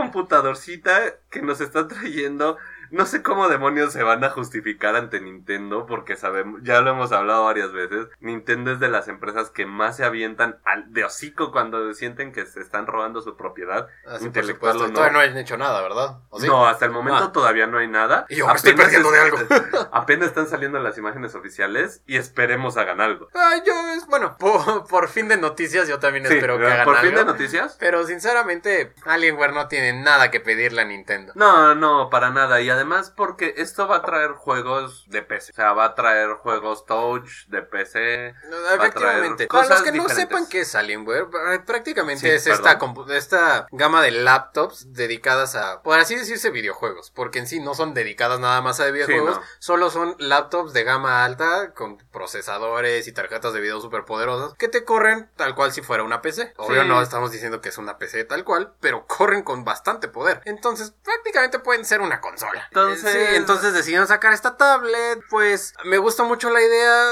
Speaker 2: computadorcita que nos está trayendo. No sé cómo demonios se van a justificar ante Nintendo, porque sabemos, ya lo hemos hablado varias veces. Nintendo es de las empresas que más se avientan al, de hocico cuando sienten que se están robando su propiedad.
Speaker 4: Así por
Speaker 2: Intelectual
Speaker 4: supuesto.
Speaker 2: o no.
Speaker 4: Todavía no han hecho nada, ¿verdad? ¿O sí?
Speaker 2: No, hasta el momento todavía no hay nada.
Speaker 4: Ah. Y yo me estoy perdiendo de
Speaker 2: algo. (laughs) apenas están saliendo las imágenes oficiales y esperemos hagan algo.
Speaker 4: Ah, yo es bueno, (laughs) por, por fin de noticias yo también
Speaker 2: Sí,
Speaker 4: espero que hagan
Speaker 2: por
Speaker 4: algo.
Speaker 2: fin de noticias.
Speaker 4: Pero sinceramente, Alienware no tiene nada que pedirle a Nintendo.
Speaker 2: No, no, para nada. Y además porque esto va a traer juegos de PC. O sea, va a traer juegos touch de PC.
Speaker 1: Efectivamente.
Speaker 2: traer
Speaker 1: Para los
Speaker 2: cosas
Speaker 1: que no
Speaker 2: diferentes.
Speaker 1: sepan qué es Alienware, pr- prácticamente
Speaker 2: Sí,
Speaker 1: es esta,
Speaker 2: perdón.
Speaker 1: compu- esta gama de laptops dedicadas a, por así decirse, videojuegos, porque en sí no son dedicadas nada más a videojuegos,
Speaker 2: no.
Speaker 1: solo son laptops de gama alta con procesadores y tarjetas de video superpoderosas que te corren tal cual si fuera una PC. Obvio
Speaker 2: Sí.
Speaker 1: no estamos diciendo que es una PC tal cual, pero corren con bastante poder. Entonces, prácticamente pueden ser una consola.
Speaker 2: Entonces-
Speaker 1: Sí, entonces decidieron sacar esta tablet. Pues me gusta mucho la idea,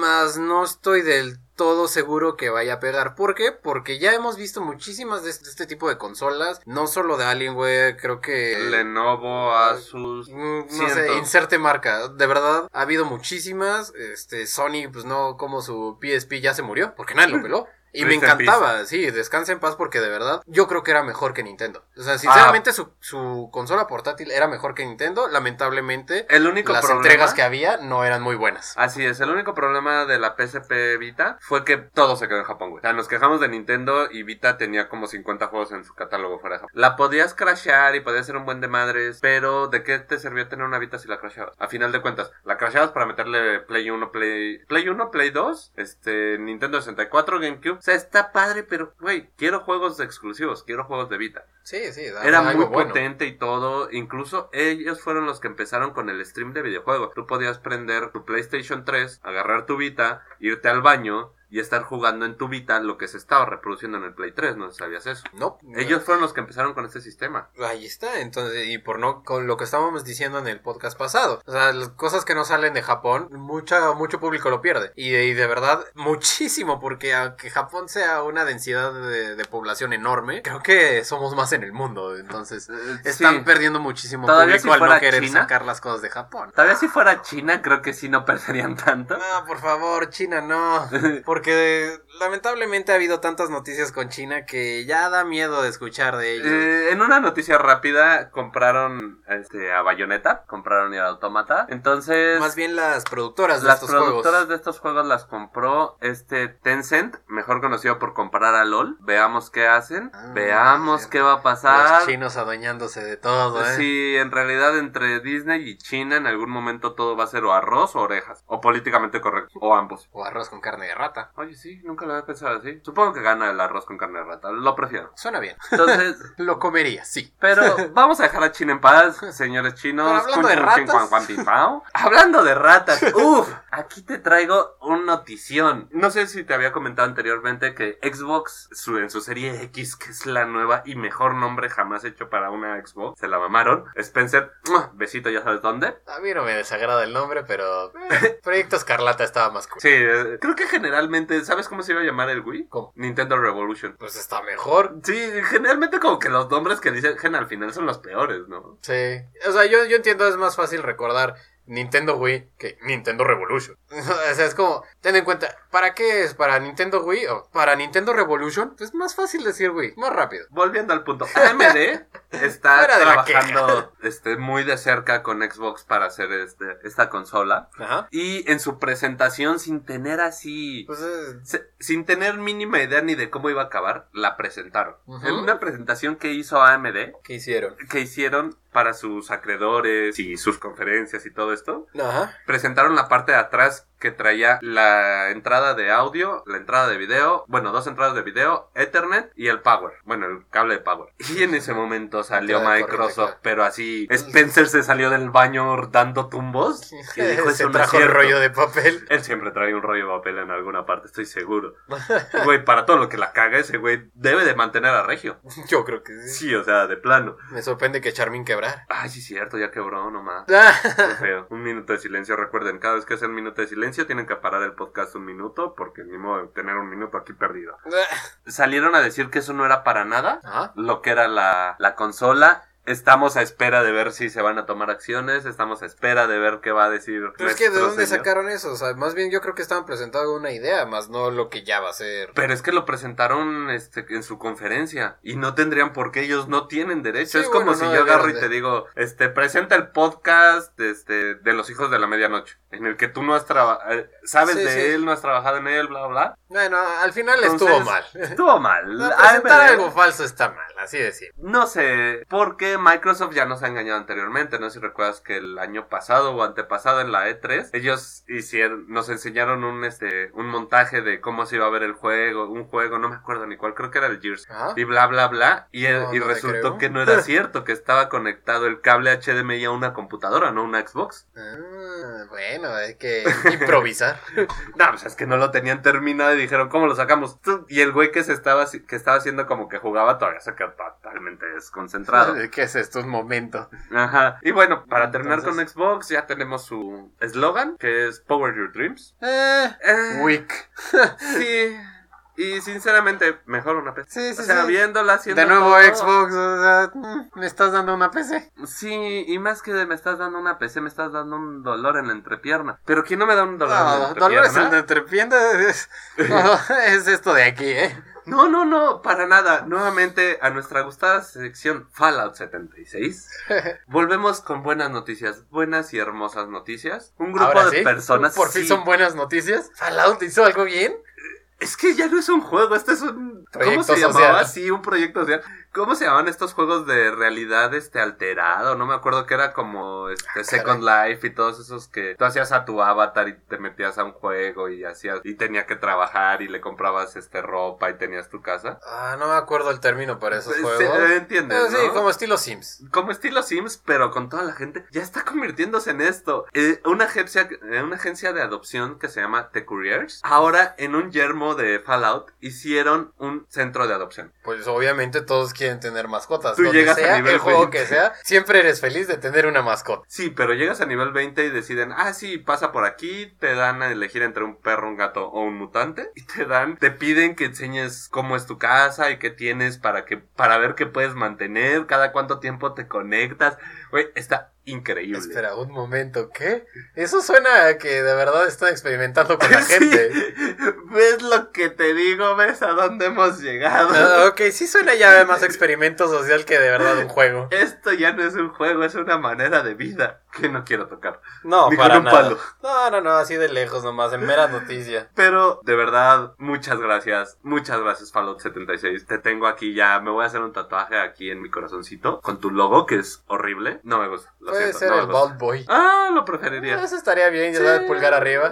Speaker 1: mas no estoy del todo seguro que vaya a pegar. ¿Por qué? Porque ya hemos visto muchísimas de este, de este tipo de consolas, no solo de Alienware, creo que...
Speaker 2: Lenovo, Asus.
Speaker 1: Mm, No
Speaker 2: Siento.
Speaker 1: sé, inserte marca. De verdad, ha habido muchísimas. Este, Sony, pues no, como su PSP ya se murió, porque nadie lo
Speaker 2: (laughs)
Speaker 1: peló. Y me
Speaker 2: Rest in peace.
Speaker 1: encantaba, sí, descansa en paz porque de verdad yo creo que era mejor que Nintendo. O sea, sinceramente
Speaker 2: Ah.
Speaker 1: su, su consola portátil era mejor que Nintendo, lamentablemente
Speaker 2: El único
Speaker 1: las
Speaker 2: problema.
Speaker 1: entregas que había no eran muy buenas.
Speaker 2: Así es, el único problema de la PSP Vita fue que todo se quedó en Japón, güey. O sea, nos quejamos de Nintendo y Vita tenía como 50 juegos en su catálogo fuera de Japón. La podías crashear y podías ser un buen de madres, pero ¿de qué te servía tener una Vita si la crasheabas? A final de cuentas, la crasheabas para meterle Play 1, Play... Play 1, Play 2, este, Nintendo 64, GameCube. O sea, está padre, pero, güey, quiero juegos exclusivos, quiero juegos de Vita.
Speaker 1: Sí, sí,
Speaker 2: Era muy potente y todo. Incluso ellos fueron los que empezaron con el stream de videojuegos. Tú podías prender tu PlayStation 3, agarrar tu Vita, irte al baño y estar jugando en tu Vita lo que se estaba reproduciendo en el Play 3. No sabías eso.
Speaker 1: No, eh,
Speaker 2: Ellos fueron los que empezaron con este sistema.
Speaker 1: Ahí está, entonces, y por no, con lo que estábamos diciendo en el podcast pasado, o sea, las cosas que no salen de Japón, mucha, mucho público lo pierde, y de, y de verdad, (laughs) muchísimo, porque aunque Japón sea una densidad de, de población enorme, creo que somos más en el mundo, entonces, están
Speaker 2: Sí.
Speaker 1: perdiendo muchísimo
Speaker 2: Todavía
Speaker 1: público
Speaker 2: si
Speaker 1: al no
Speaker 2: fuera
Speaker 1: querer
Speaker 2: China.
Speaker 1: sacar las cosas de Japón.
Speaker 2: Todavía si fuera China, creo que sí no (laughs) perderían tanto.
Speaker 1: No, por favor, China,
Speaker 2: (laughs)
Speaker 1: no. Porque lamentablemente ha habido tantas noticias con China que ya da miedo de escuchar de ellos.
Speaker 2: Eh, en una noticia rápida compraron este, a Bayonetta, compraron el Automata. Entonces,
Speaker 1: Más bien las productoras de
Speaker 2: las
Speaker 1: estos
Speaker 2: productoras
Speaker 1: juegos.
Speaker 2: de estos juegos las compró este Tencent, mejor conocido por comprar a LOL. Veamos qué hacen,
Speaker 1: Ah,
Speaker 2: veamos
Speaker 1: cierto.
Speaker 2: qué va a pasar.
Speaker 1: Los chinos adueñándose de todo, ¿eh?
Speaker 2: Si en realidad entre Disney y China en algún momento todo va a ser o arroz o orejas, o políticamente correcto, o ambos.
Speaker 1: O arroz con carne de rata.
Speaker 2: Oye, sí, nunca lo había pensado así. Supongo que gana el arroz con carne de rata, lo prefiero.
Speaker 1: Suena bien. (laughs)
Speaker 2: (laughs) Entonces,
Speaker 1: Lo comería, sí.
Speaker 2: pero
Speaker 1: (laughs)
Speaker 2: vamos a dejar a China en paz, señores chinos.
Speaker 1: Pero hablando de
Speaker 2: chin,
Speaker 1: ratas.
Speaker 2: cuan, cuan, pin, pao. Hablando
Speaker 1: (laughs)
Speaker 2: de ratas, uff, aquí te traigo una notición. No sé si te había comentado anteriormente que Xbox, su- en su serie X, que es la nueva y mejor nombre jamás hecho para una Xbox, se la mamaron. Spencer, ¡mua! besito ya sabes dónde.
Speaker 4: A mí no me desagrada el nombre, pero eh, Proyecto Escarlata estaba más cool.
Speaker 2: Sí, eh, creo que generalmente, ¿sabes cómo se iba a llamar el Wii?
Speaker 4: ¿Cómo?
Speaker 2: Nintendo Revolution.
Speaker 4: Pues está mejor.
Speaker 2: Sí, generalmente como que los nombres que dicen al final son los peores, ¿no?
Speaker 4: Sí. O sea, yo, yo entiendo, es más fácil recordar
Speaker 1: Nintendo Wii que Nintendo Revolution. (laughs) o sea, es como, ten en cuenta, ¿para qué es? ¿Para Nintendo Wii o para Nintendo Revolution? Es más fácil decir Wii, más rápido.
Speaker 2: Volviendo al punto, AMD está
Speaker 1: Fuera de la
Speaker 2: trabajando este, muy de cerca con Xbox para hacer este, esta consola.
Speaker 1: Ajá.
Speaker 2: Y en su presentación, sin tener así,
Speaker 1: Pues es-
Speaker 2: se- sin tener mínima idea ni de cómo iba a acabar, la presentaron.
Speaker 1: Ujú.
Speaker 2: En una presentación que hizo AMD,
Speaker 1: ¿qué hicieron?
Speaker 2: que hicieron para sus acreedores y sus conferencias y todo esto,
Speaker 1: Ajá.
Speaker 2: presentaron la parte de atrás que traía la entrada de audio, la entrada de video, bueno, dos entradas de video, Ethernet y el Power, bueno, el cable de Power. Y en ese momento salió
Speaker 1: Entrada de corriente,
Speaker 2: Microsoft,
Speaker 1: claro.
Speaker 2: pero así Spencer se salió del baño
Speaker 1: (laughs)
Speaker 2: dando tumbos y dijo,
Speaker 1: Se
Speaker 2: eso no es
Speaker 1: trajo el
Speaker 2: cierto".
Speaker 1: rollo de
Speaker 2: (laughs)
Speaker 1: papel.
Speaker 2: Él siempre trae un rollo de papel en alguna parte,
Speaker 1: (laughs)
Speaker 2: estoy seguro. Güey, para todo lo que la caga ese güey, debe de mantener a Regio.
Speaker 1: Yo creo que sí.
Speaker 2: Sí, o sea, de plano.
Speaker 1: Me sorprende que Charmin
Speaker 2: (laughs)
Speaker 1: quebrar.
Speaker 2: Ay, sí, cierto, ya quebró nomás.
Speaker 1: Ah,
Speaker 2: Qué feo. Un minuto de silencio. Recuerden, cada vez que hacen minuto de silencio, tienen que parar el podcast un minuto, porque ni modo de tener un minuto aquí perdido. Salieron a decir que eso no era para nada
Speaker 1: Ajá.
Speaker 2: lo que era la, la consola. Estamos a espera de ver si se van a tomar acciones. Estamos a espera de ver qué va a decir.
Speaker 1: Pero es que ¿de
Speaker 2: nuestro
Speaker 1: dónde
Speaker 2: señor.
Speaker 1: sacaron eso? O sea, más bien yo creo que estaban presentando una idea, más no lo que ya va a ser.
Speaker 2: Pero es que lo presentaron este, en su conferencia y no tendrían por qué ellos no tienen
Speaker 1: Sí,
Speaker 2: derecho. es como
Speaker 1: bueno,
Speaker 2: si
Speaker 1: no
Speaker 2: yo agarro y
Speaker 1: debieron de.
Speaker 2: te digo, este, presenta el podcast este, de los hijos de la medianoche, en el que tú no has trabajado, sabes
Speaker 1: Sí,
Speaker 2: de
Speaker 1: sí.
Speaker 2: él, no has trabajado en él, bla, bla.
Speaker 1: Bueno, al final
Speaker 2: Entonces,
Speaker 1: estuvo mal.
Speaker 2: Estuvo mal.
Speaker 1: No,
Speaker 2: Ay,
Speaker 1: presentar
Speaker 2: me-
Speaker 1: algo falso está mal, así decir.
Speaker 2: No sé, porque Microsoft ya nos ha engañado anteriormente, no sé si recuerdas que el año pasado o antepasado en la E3, ellos hicieron, nos enseñaron un este, un montaje de cómo se iba a ver el juego, un juego, no me acuerdo ni cuál, creo que era el Gears
Speaker 1: Ajá.
Speaker 2: y bla bla bla y,
Speaker 1: No,
Speaker 2: y
Speaker 1: no te
Speaker 2: resultó
Speaker 1: creo.
Speaker 2: que no era cierto que estaba conectado el cable HDMI a una computadora no a una Xbox
Speaker 1: Ah, bueno, hay que improvisar.
Speaker 2: no pues es que no lo tenían terminado y dijeron cómo lo sacamos Tú- y el güey que se estaba haci- que estaba haciendo como que jugaba todavía se quedó totalmente desconcentrado
Speaker 1: (laughs) ¿Qué es esto? Un momento.
Speaker 2: ajá y bueno para terminar
Speaker 1: Entonces-
Speaker 2: con Xbox ya tenemos su eslogan que es Power Your Dreams
Speaker 3: Eh,
Speaker 2: Eh,
Speaker 3: weak.
Speaker 2: sí y sinceramente mejor una PC
Speaker 3: Sí, sí,
Speaker 2: o sea,
Speaker 3: sí.
Speaker 2: viéndola haciendo
Speaker 3: De nuevo
Speaker 2: todo,
Speaker 3: Xbox, o sea, mm, me estás dando una PC.
Speaker 2: Sí, y más que de me estás dando una PC, me estás dando un dolor en la entrepierna. Pero ¿quién no me da un dolor en
Speaker 1: Ah,
Speaker 2: la
Speaker 3: No,
Speaker 2: entrepierna? (laughs)
Speaker 3: Dolores en la entrepienda
Speaker 1: (laughs)
Speaker 3: es, no, es esto de aquí, ¿eh?
Speaker 2: No, no, no, para nada. Nuevamente a nuestra gustada sección
Speaker 1: (laughs)
Speaker 2: Fallout 76. Volvemos con buenas noticias, buenas y hermosas noticias. Un grupo
Speaker 1: Ahora
Speaker 2: de
Speaker 1: sí,
Speaker 2: personas...
Speaker 1: Por fin
Speaker 2: sí.
Speaker 1: son buenas noticias. Fallout hizo algo bien.
Speaker 2: Es que ya no es un juego, este es un... ¿Cómo
Speaker 1: Proyecto
Speaker 2: se llamaba?
Speaker 1: social.
Speaker 2: Sí, un proyecto social. ¿Cómo se llamaban estos juegos de realidad este alterado? No me acuerdo que era como este
Speaker 1: Ah,
Speaker 2: Second Life y todos esos que tú hacías a tu avatar y te metías a un juego y hacías y tenía que trabajar y le comprabas este ropa y tenías tu casa. Pues,
Speaker 1: Ah, no me acuerdo el término para esos
Speaker 2: Sí, eh,
Speaker 1: juegos.
Speaker 2: ¿Entiendes?
Speaker 1: Ah, sí,
Speaker 2: no?
Speaker 1: como estilo Sims.
Speaker 2: como estilo Sims, pero con toda la gente, ya está convirtiéndose en esto. Eh, una, agencia, eh, una agencia de adopción que se llama The Couriers, ahora en un yermo de Fallout, hicieron un centro de adopción.
Speaker 1: Pues obviamente todos quieren tener mascotas.
Speaker 2: Tú
Speaker 1: Donde
Speaker 2: llegas a
Speaker 1: sea,
Speaker 2: nivel
Speaker 1: el juego
Speaker 2: 20.
Speaker 1: que sea, siempre eres feliz de tener una mascota.
Speaker 2: Sí, pero llegas a nivel 20 y deciden, ah, sí, pasa por aquí, te dan a elegir entre un perro, un gato o un mutante, y te dan, te piden que enseñes cómo es tu casa y qué tienes para que, para ver qué puedes mantener, cada cuánto tiempo te conectas. Güey, está increíble.
Speaker 1: Espera, un momento, ¿qué? Eso suena a que de verdad están experimentando con la gente.
Speaker 2: (laughs) Sí. ¿Ves lo que te digo? ¿Ves a dónde hemos llegado?
Speaker 1: Ah, ok, sí suena ya más experimento social que de verdad un juego.
Speaker 2: Esto ya no es un juego, es una manera de vida que no quiero tocar.
Speaker 1: No,
Speaker 2: Ni con
Speaker 1: para
Speaker 2: un
Speaker 1: nada.
Speaker 2: palo.
Speaker 1: No, no, no, así de lejos nomás, en mera noticia.
Speaker 2: Pero de verdad, muchas gracias. Muchas gracias Fallout 76. Te tengo aquí ya. Me voy a hacer un tatuaje aquí en mi corazoncito con tu logo que es horrible. No me gusta. Lo
Speaker 1: Puede
Speaker 2: siento,
Speaker 1: ser
Speaker 2: no me
Speaker 1: el Eh.
Speaker 2: gusta.
Speaker 1: Bald Boy.
Speaker 2: Ah, lo preferiría.
Speaker 1: Eso estaría bien, ya
Speaker 2: Sí.
Speaker 1: sabes, pulgar arriba.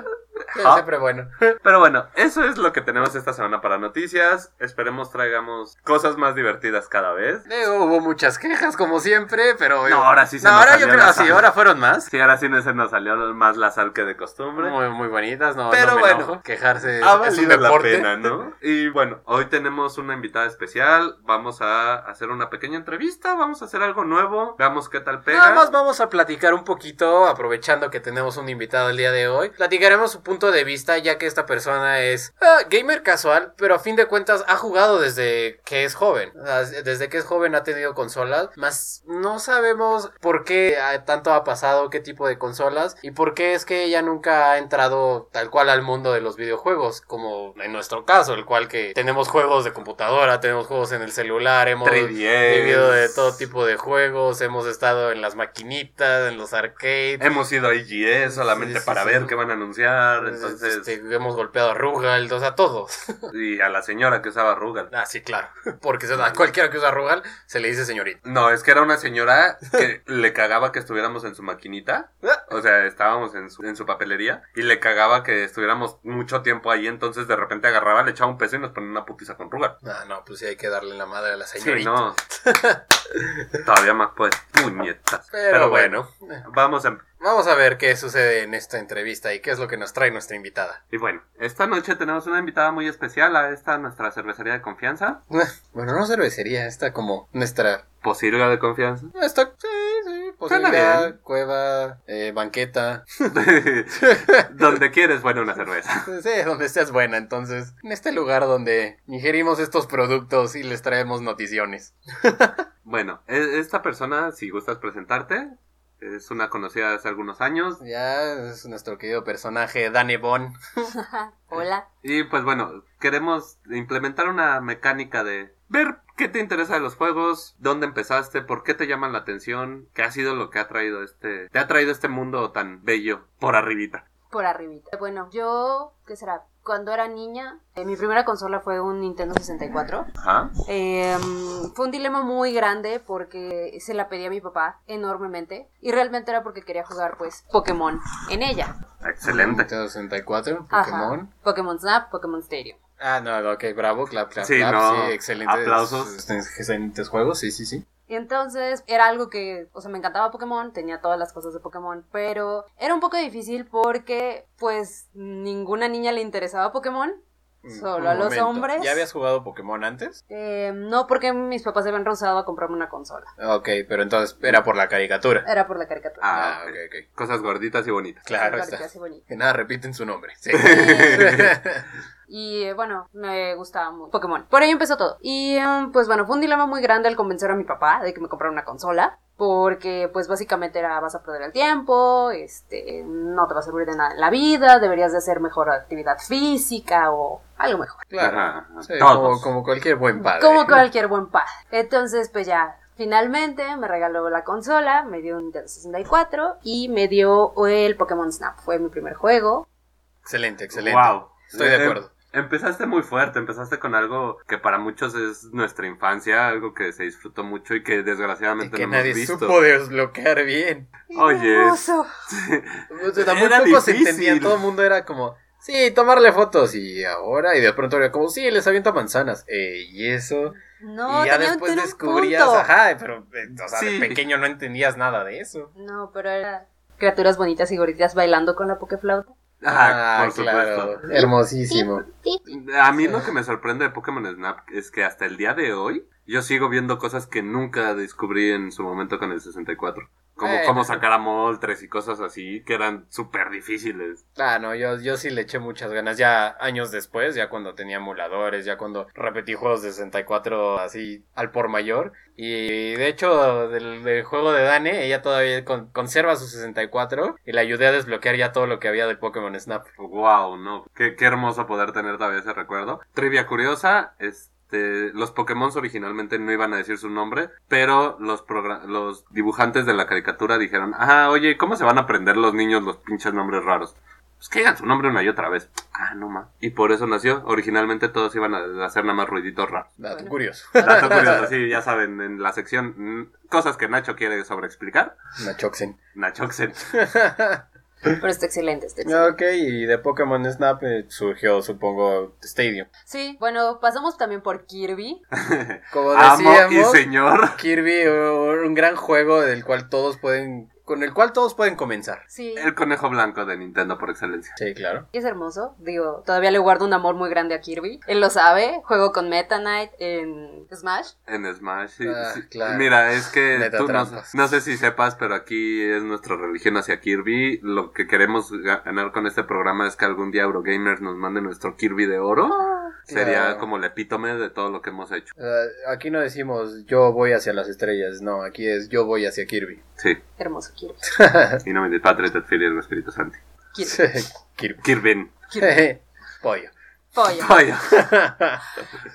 Speaker 1: Sí,
Speaker 2: Ah.
Speaker 1: Siempre bueno.
Speaker 2: Pero bueno, eso es lo que tenemos esta semana para noticias. Esperemos traigamos cosas más divertidas cada vez.
Speaker 3: Luego hubo muchas quejas, como siempre, pero...
Speaker 2: No, ahora sí se
Speaker 3: No,
Speaker 2: nos
Speaker 3: ahora
Speaker 2: salió
Speaker 3: yo creo
Speaker 2: la
Speaker 1: ah,
Speaker 3: así,
Speaker 2: sal.
Speaker 3: ahora fueron más.
Speaker 2: Sí, ahora sí no se nos salió más la sal que de costumbre.
Speaker 3: Muy, muy bonitas, no,
Speaker 2: Pero
Speaker 3: no me
Speaker 2: bueno,
Speaker 3: enojo. Quejarse es-
Speaker 1: Ah,
Speaker 2: ha
Speaker 3: es un
Speaker 2: valido Eh, la
Speaker 3: deporte.
Speaker 2: pena, ¿no? Y bueno, hoy tenemos una invitada especial. Vamos a hacer una pequeña entrevista, vamos a hacer algo nuevo, veamos qué tal pega.
Speaker 1: Nada más vamos a platicar un poquito, aprovechando que tenemos un invitado el día de hoy. Platicaremos su punto punto de vista, ya que esta persona es ah, gamer casual, pero a fin de cuentas ha jugado desde que es joven. O sea, Desde que es joven ha tenido consolas, más no sabemos por qué ah, tanto ha pasado, qué tipo de consolas y por qué es que ella nunca ha entrado tal cual al mundo de los videojuegos, como en nuestro caso, el cual que tenemos juegos de computadora, tenemos juegos en el celular, hemos
Speaker 2: 3DS.
Speaker 1: vivido de todo tipo de juegos, hemos estado en las maquinitas, en los arcades.
Speaker 2: Hemos ido a IGS solamente
Speaker 1: Sí, sí,
Speaker 2: para
Speaker 1: sí.
Speaker 2: ver qué van a anunciar, entonces...
Speaker 1: Entonces, este, hemos golpeado a Rugal, o sea, todos.
Speaker 2: Y a la señora que usaba Rugal.
Speaker 1: (laughs) Ah, sí, claro. Porque se- a cualquiera que usa Rugal se le dice señorita.
Speaker 2: No, es que era una señora
Speaker 1: (laughs)
Speaker 2: que le cagaba que estuviéramos en su maquinita.
Speaker 1: Ah.
Speaker 2: O sea, estábamos en su, en su papelería y le cagaba que estuviéramos mucho tiempo ahí. Entonces, de repente agarraba, le echaba un peso y nos ponía una putiza con Rugal.
Speaker 1: Ah, no, pues sí hay que darle la madre a la señorita.
Speaker 2: Sí, no. (laughs) Todavía más, pues, puñetas.
Speaker 1: Pero, bueno.
Speaker 2: Vamos a. em-
Speaker 1: Vamos a ver qué sucede en esta entrevista y qué es lo que nos trae nuestra invitada.
Speaker 2: Y bueno, esta noche tenemos una invitada muy especial a esta nuestra cervecería de confianza.
Speaker 1: (laughs) Bueno, no cervecería, está como nuestra...
Speaker 2: Posibilidad de confianza. (laughs)
Speaker 1: Esta, sí, sí,
Speaker 2: Suena
Speaker 1: posibilidad,
Speaker 2: bien.
Speaker 1: cueva, eh, banqueta,
Speaker 2: Donde quieres, bueno, una cerveza.
Speaker 1: sí, Pues, eh, donde estés buena, entonces, en este lugar donde ingerimos estos productos y les traemos noticiones.
Speaker 2: Bueno, e- esta persona, si gustas presentarte, es una conocida de hace algunos años.
Speaker 1: Ya es nuestro querido personaje, Dane Bon.
Speaker 5: Hola.
Speaker 2: Y pues bueno, queremos implementar una mecánica de ver qué te interesa de los juegos, dónde empezaste, por qué te llaman la atención, qué ha sido lo que ha traído este, te ha traído este mundo tan bello por arribita.
Speaker 5: Por arribita. Bueno, yo, ¿qué será? Cuando era niña, eh, mi primera consola fue un Nintendo 64.
Speaker 2: Ajá.
Speaker 5: Eh, mm, fue un dilema muy grande porque se la pedí a mi papá enormemente y realmente era porque quería jugar pues Pokémon en ella.
Speaker 2: Excelente.
Speaker 1: Nintendo 64,
Speaker 5: Ajá.
Speaker 1: Pokémon.
Speaker 5: Pokémon Snap, Pokémon Stadium.
Speaker 1: Ah, no, ok, bravo, clap, clap,
Speaker 2: Sí,
Speaker 1: clap,
Speaker 2: no,
Speaker 1: sí, excelentes,
Speaker 2: aplausos.
Speaker 1: este, excelentes juegos, sí, sí, sí.
Speaker 5: Y entonces era algo que, o sea, me encantaba Pokémon, tenía todas las cosas de Pokémon, pero era un poco difícil porque pues ninguna niña le interesaba Pokémon. Solo a
Speaker 1: Un
Speaker 5: los
Speaker 1: momento,
Speaker 5: hombres.
Speaker 1: ¿Ya habías jugado Pokémon antes?
Speaker 5: Eh, no porque mis papás se habían rehusado a comprarme una consola.
Speaker 1: Ok, pero entonces era por la caricatura.
Speaker 5: Era por la caricatura.
Speaker 2: Ah,
Speaker 1: Ah, ok, ok.
Speaker 2: Cosas gorditas y bonitas.
Speaker 1: Claro,
Speaker 5: Caricatura,
Speaker 1: está.
Speaker 5: sí, bonito.
Speaker 1: Que nada, repiten su nombre.
Speaker 2: (laughs)
Speaker 1: Sí.
Speaker 5: Y eh, bueno, me gustaba mucho Pokémon. Por ahí empezó todo. Y em, pues bueno, fue un dilema muy grande el convencer a mi papá de que me comprara una consola. Porque pues básicamente era vas a perder el tiempo, este, no te va a servir de nada en la vida, deberías de hacer mejor actividad física o algo mejor.
Speaker 1: claro.
Speaker 2: Ajá, ajá.
Speaker 1: Sí, como,
Speaker 2: Todos.
Speaker 1: como cualquier buen padre.
Speaker 5: Como cualquier buen padre. Entonces, pues ya, finalmente me regaló la consola, me dio un Nintendo 64 y me dio el Pokémon Snap. Fue mi primer juego.
Speaker 1: Excelente, excelente.
Speaker 2: Wow.
Speaker 1: Estoy de
Speaker 2: Em-
Speaker 1: acuerdo.
Speaker 2: Empezaste muy fuerte, empezaste con algo que para muchos es nuestra infancia, algo que se disfrutó mucho y que
Speaker 1: Y
Speaker 2: desgraciadamente
Speaker 1: que
Speaker 2: no
Speaker 1: nadie
Speaker 2: hemos visto.
Speaker 1: supo desbloquear bien.
Speaker 2: Oye.
Speaker 5: Hermoso.
Speaker 1: O sea, muy
Speaker 2: Era
Speaker 1: pocos
Speaker 2: difícil.
Speaker 1: entendían, todo el mundo era como, sí, tomarle fotos y ahora, y de pronto era como, sí, les aviento manzanas. Eh, y eso. y
Speaker 5: No,
Speaker 1: ya
Speaker 5: tenía un-
Speaker 1: después
Speaker 5: tenía un
Speaker 1: descubrías,
Speaker 5: punto.
Speaker 1: ajá, pero eh, o sea,
Speaker 2: Sí.
Speaker 1: de pequeño no entendías nada de eso.
Speaker 5: No, pero era criaturas bonitas y gorditas bailando con la Pokéflauta.
Speaker 2: Ah,
Speaker 1: Ah,
Speaker 2: por
Speaker 1: claro,
Speaker 2: supuesto.
Speaker 1: hermosísimo.
Speaker 2: A mí lo que me sorprende de Pokémon Snap es que hasta el día de hoy yo sigo viendo cosas que nunca descubrí en su momento con el 64. Como
Speaker 1: Bueno.
Speaker 2: cómo sacar a Moltres y cosas así que eran súper difíciles.
Speaker 1: Ah, no, yo, yo sí le eché muchas ganas, ya años después, ya cuando tenía emuladores, ya cuando repetí juegos de 64 así al por mayor. Y de hecho, del, del juego de Dane, ella todavía con- conserva su 64 y le ayudé a desbloquear ya todo lo que había de Pokémon Snap.
Speaker 2: Wow, no. Qué, qué hermoso poder tener todavía ese recuerdo. Trivia curiosa, este, los Pokémon originalmente no iban a decir su nombre, pero los, progra- los dibujantes de la caricatura dijeron, ah, oye, ¿cómo se van a aprender los niños los pinches nombres raros? Pues que digan su nombre una y otra vez. Ah, no más. Y por eso nació. Originalmente todos iban a hacer nada más ruiditos raros.
Speaker 1: Dato
Speaker 5: Bueno.
Speaker 1: curioso.
Speaker 2: Dato curioso, sí, ya saben, en la sección mm, cosas que Nacho quiere sobreexplicar.
Speaker 1: Nachoxen.
Speaker 2: Nacho (laughs) Oxen.
Speaker 5: Pero está excelente, está excelente.
Speaker 1: (laughs) ok, y de Pokémon Snap eh, surgió, supongo, Stadium.
Speaker 5: Sí, bueno, pasamos también por Kirby.
Speaker 1: Como
Speaker 2: Amo y
Speaker 1: decíamos,
Speaker 2: señor.
Speaker 1: Kirby, un gran juego del cual todos pueden con el cual todos pueden comenzar.
Speaker 5: Sí.
Speaker 2: El conejo blanco de Nintendo por excelencia.
Speaker 1: Sí, claro.
Speaker 5: Es hermoso, digo, todavía le guardo un amor muy grande a Kirby. Él lo sabe, juego con Meta Knight en Smash.
Speaker 2: En Smash. sí,
Speaker 1: Ah,
Speaker 2: sí.
Speaker 1: claro.
Speaker 2: Mira, es que
Speaker 1: Neta
Speaker 2: tú no,
Speaker 1: trampas.
Speaker 2: no sé si sepas, pero aquí es nuestra religión hacia Kirby. Lo que queremos ga- ganar con este programa es que algún día Eurogamer nos mande nuestro Kirby de oro. Sería
Speaker 1: Ah. Claro.
Speaker 2: como el epítome de todo lo que hemos hecho.
Speaker 1: Eh, aquí no decimos yo voy hacia las estrellas, no, aquí es yo voy hacia Kirby.
Speaker 2: Sí,
Speaker 5: Hermoso Kirby.
Speaker 2: y no me patria et filii et Espíritu Santo.
Speaker 5: Kirby.
Speaker 1: (laughs) Kirby.
Speaker 2: Kirby.
Speaker 1: (laughs)
Speaker 2: (laughs)
Speaker 1: Pollo.
Speaker 5: Pollo.
Speaker 2: Vaya.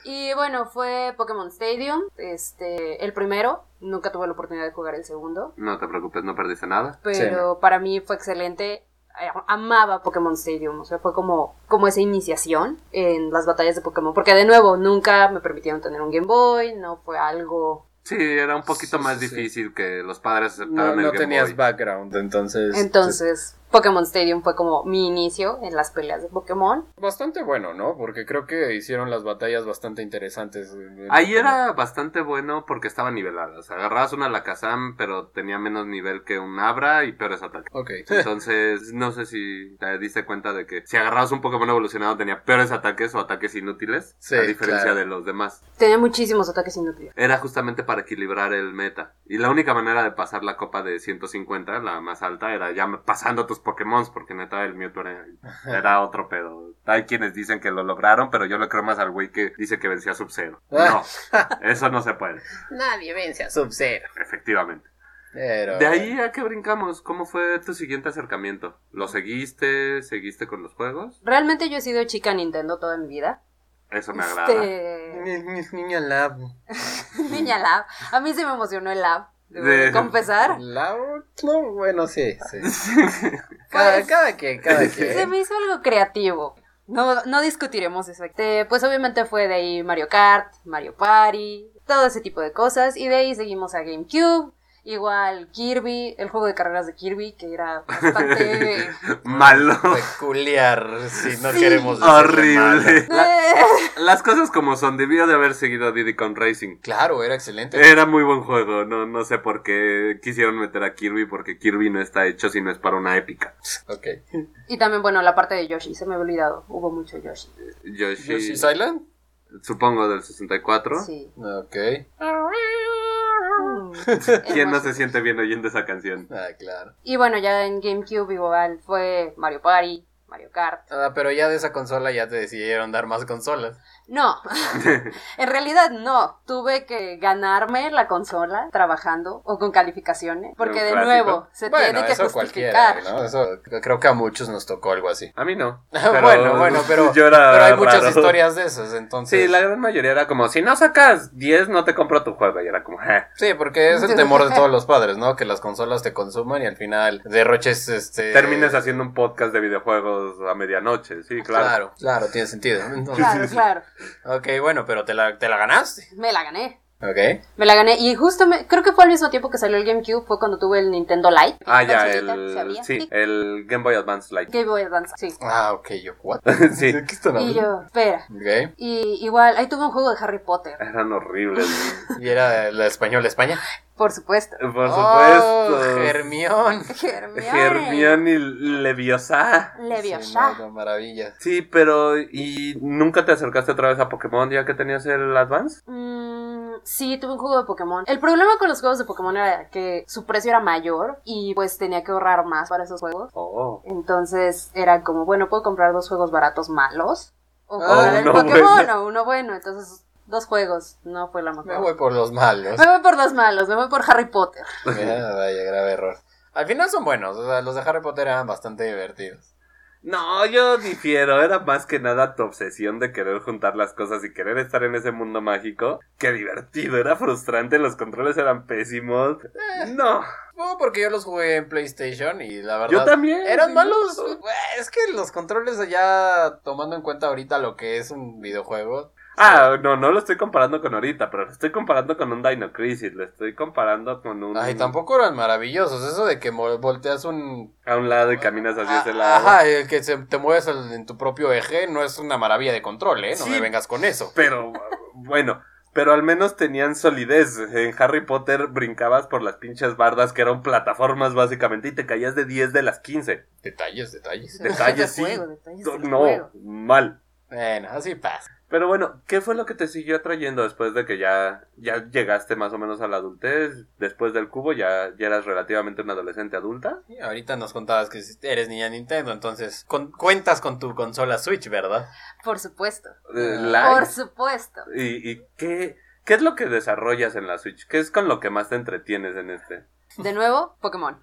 Speaker 5: Y bueno, fue Pokémon Stadium, este, el primero. Nunca tuve la oportunidad de jugar el segundo.
Speaker 2: No te preocupes, no perdiste nada.
Speaker 5: Pero para mí fue excelente. Eh, Amaba Pokémon Stadium, o sea, fue como, como esa iniciación en las batallas de Pokémon. Porque de nuevo, nunca me permitieron tener un Game Boy, no fue algo.
Speaker 2: Sí, era un poquito
Speaker 1: Sí,
Speaker 2: más
Speaker 1: sí, sí.
Speaker 2: difícil que los padres aceptaran
Speaker 1: No,
Speaker 2: el
Speaker 1: no
Speaker 2: Game
Speaker 1: tenías
Speaker 2: Ah, Boy.
Speaker 1: background, entonces.
Speaker 5: Entonces, Pokémon Stadium fue como mi inicio en las peleas de Pokémon.
Speaker 1: pues, Bastante bueno, ¿no? Porque creo que hicieron las batallas bastante interesantes. eh,
Speaker 2: Ahí
Speaker 1: como-
Speaker 2: era bastante bueno porque estaba nivelada. O sea, agarrabas una Alakazam, pero tenía menos nivel que un Abra y peores ataques.
Speaker 1: Ok.
Speaker 2: Entonces, no sé si te diste cuenta de que si agarrabas un Pokémon evolucionado tenía peores ataques o ataques inútiles,
Speaker 1: Sí,
Speaker 2: a diferencia
Speaker 1: claro.
Speaker 2: de los demás.
Speaker 5: Tenía muchísimos ataques inútiles.
Speaker 2: Era justamente para equilibrar el meta. Y la única manera de pasar la copa de 150, la más alta, era ya pasando tus Pokémon, porque neta el Mewtwo era, era otro pedo. Hay quienes dicen que lo lograron, pero yo le creo más al güey que dice que vencía Sub-Zero.
Speaker 1: Ah.
Speaker 2: No, eso no se puede,
Speaker 1: Nadie vence a Sub-Zero.
Speaker 2: efectivamente.
Speaker 1: Pero-
Speaker 2: De ahí a que brincamos, ¿cómo fue tu siguiente acercamiento? ¿Lo seguiste? ¿Seguiste con los juegos?
Speaker 5: Realmente yo he sido chica Nintendo toda mi vida.
Speaker 2: Eso me agrada. (laughs)
Speaker 5: Este, (laughs)
Speaker 1: Ni- ni- Niña Lab.
Speaker 5: niña Lab. A mí se me emocionó el Lab. Debo
Speaker 2: De-
Speaker 5: de confesar.
Speaker 1: Lab. No, bueno, sí.
Speaker 2: (laughs)
Speaker 1: sí. Cada,
Speaker 5: Pues,
Speaker 1: cada quien, cada
Speaker 5: se
Speaker 1: quien.
Speaker 5: me hizo algo creativo. No, no discutiremos eso. Este, pues obviamente fue de ahí Mario Kart, Mario Party, todo ese tipo de cosas. Y de ahí seguimos a GameCube. Igual Kirby, el juego de carreras de Kirby, que era bastante...
Speaker 2: Malo.
Speaker 1: Peculiar, si no
Speaker 5: Sí.
Speaker 1: queremos decirle malo.
Speaker 2: Horrible. La-
Speaker 5: Eh,
Speaker 2: (laughs) las cosas como son, debió de haber seguido a Diddy con Racing.
Speaker 1: Claro, era excelente.
Speaker 2: Era muy buen juego, no, no sé por qué quisieron meter a Kirby, porque Kirby no está hecho si no es para una épica.
Speaker 1: Ok.
Speaker 5: (laughs) Y también, bueno, la parte de Yoshi, se me había olvidado. Hubo mucho Yoshi.
Speaker 2: Yoshi,
Speaker 1: ¿Yoshi's Island?
Speaker 2: supongo del 64.
Speaker 5: Sí.
Speaker 1: Ok.
Speaker 5: Mm,
Speaker 2: ¿Quién no
Speaker 5: hermoso.
Speaker 2: se siente bien oyendo esa canción?
Speaker 1: Ah, claro.
Speaker 5: Y bueno, ya en GameCube igual fue Mario Party, Mario Kart.
Speaker 1: Ah, pero ya de esa consola ya te decidieron dar más consolas.
Speaker 2: (laughs)
Speaker 5: No, en realidad no. Tuve que ganarme la consola trabajando o con calificaciones. Porque
Speaker 2: Un
Speaker 5: de
Speaker 2: clásico.
Speaker 5: nuevo, se
Speaker 1: bueno,
Speaker 5: tiene que
Speaker 1: eso cualquiera,
Speaker 5: justificar.
Speaker 1: ¿no? Eso creo que a muchos nos tocó algo así.
Speaker 2: A mí (laughs) no.
Speaker 1: bueno, bueno, pero,
Speaker 2: yo era
Speaker 1: pero hay muchas
Speaker 2: Ah, raro.
Speaker 1: historias de esas, entonces.
Speaker 2: Sí, la gran mayoría era como, si no sacas 10, no te compro tu juego. Y era como, "Ja".
Speaker 1: Sí, porque es el temor de todos los padres, ¿no? Que las consolas te consuman y al final derroches este.
Speaker 2: terminas haciendo un podcast de videojuegos a medianoche. Sí, claro.
Speaker 1: Claro, claro, tiene sentido. Entonces,
Speaker 5: Claro, claro.
Speaker 1: Ok, bueno, pero te la, te la ganaste.
Speaker 5: Me la gané.
Speaker 1: Ok.
Speaker 5: Me la gané. Y justo me- creo que fue al mismo tiempo que salió el GameCube, fue cuando tuve el Nintendo Lite.
Speaker 2: Ah, ya,
Speaker 5: Consolita, se
Speaker 2: el,
Speaker 5: abría.
Speaker 2: sí, el Game Boy Advance Lite.
Speaker 5: Game Boy Advance, sí.
Speaker 1: Ah, ok, yo, ¿what?
Speaker 2: (laughs) Sí.
Speaker 1: ¿De qué están
Speaker 5: Y
Speaker 1: hablando?
Speaker 5: yo, espera.
Speaker 1: Ok.
Speaker 5: Y igual, ahí tuve un juego de Harry Potter,
Speaker 2: Eran horribles.
Speaker 1: Y era la española España.
Speaker 5: por supuesto. (laughs)
Speaker 2: Por
Speaker 1: Oh,
Speaker 2: supuesto.
Speaker 1: Germión.
Speaker 5: Hermione.
Speaker 2: Hermione Leviosa.
Speaker 5: Leviosa.
Speaker 1: Sí, no, no, maravilla.
Speaker 2: Sí, pero ¿y nunca te acercaste otra vez a Pokémon ya que tenías el Advance?
Speaker 5: Mm, sí, tuve un juego de Pokémon. El problema con los juegos de Pokémon era que su precio era mayor y pues tenía que ahorrar más para esos juegos.
Speaker 2: Oh.
Speaker 5: Entonces era como, bueno, puedo comprar dos juegos baratos malos. O
Speaker 1: Ah,
Speaker 5: comprar el
Speaker 2: uno
Speaker 5: Pokémon
Speaker 2: bueno.
Speaker 5: o uno bueno. Entonces, dos juegos. No fue la mejor.
Speaker 1: Me voy por los malos.
Speaker 2: (laughs)
Speaker 5: Me voy por los malos, me voy por Harry Potter.
Speaker 1: Mira, vaya, grave error. Al final son buenos, o sea, los de Harry Potter eran bastante divertidos.
Speaker 2: No, yo difiero. Era más que nada tu obsesión de querer juntar las cosas y querer estar en ese mundo mágico. Qué divertido, era frustrante, los controles eran pésimos.
Speaker 1: Eh.
Speaker 2: No,
Speaker 1: No, porque yo los jugué en PlayStation y la verdad.
Speaker 2: yo también.
Speaker 1: Eran
Speaker 2: sí.
Speaker 1: malos. Es que los controles allá, tomando en cuenta ahorita lo que es un videojuego.
Speaker 2: Ah, no, no lo estoy comparando con ahorita, pero lo estoy comparando con un Dino Crisis, lo estoy comparando con un...
Speaker 1: Ay, tampoco eran maravillosos. Eso de que mo- volteas un.
Speaker 2: A un lado y caminas hacia ese
Speaker 1: Ah,
Speaker 2: lado.
Speaker 1: Ajá, el que se- te mueves al- en tu propio eje no es una maravilla de control, ¿eh? No
Speaker 2: Sí.
Speaker 1: me vengas con eso.
Speaker 2: Pero bueno, Pero al menos tenían solidez. En Harry Potter brincabas por las pinches bardas que eran plataformas básicamente y te caías de 10 de las 15.
Speaker 1: Detalles, detalles.
Speaker 5: (laughs)
Speaker 2: Detalles, sí.
Speaker 5: Del juego, detalles del
Speaker 2: No,
Speaker 5: juego.
Speaker 2: mal.
Speaker 1: Bueno, así pasa.
Speaker 2: Pero bueno, ¿qué fue lo que te siguió atrayendo después de que ya, ya llegaste más o menos a la adultez? Después del cubo ya, ya eras relativamente una adolescente adulta.
Speaker 1: Y ahorita nos contabas que eres niña Nintendo, entonces con- cuentas con tu consola Switch, ¿verdad?
Speaker 5: Por supuesto.
Speaker 2: Eh,
Speaker 5: Por
Speaker 2: la-
Speaker 5: supuesto.
Speaker 2: ¿Y, y qué, qué es lo que desarrollas en la Switch? ¿Qué es con lo que más te entretienes en este?
Speaker 5: De nuevo, Pokémon.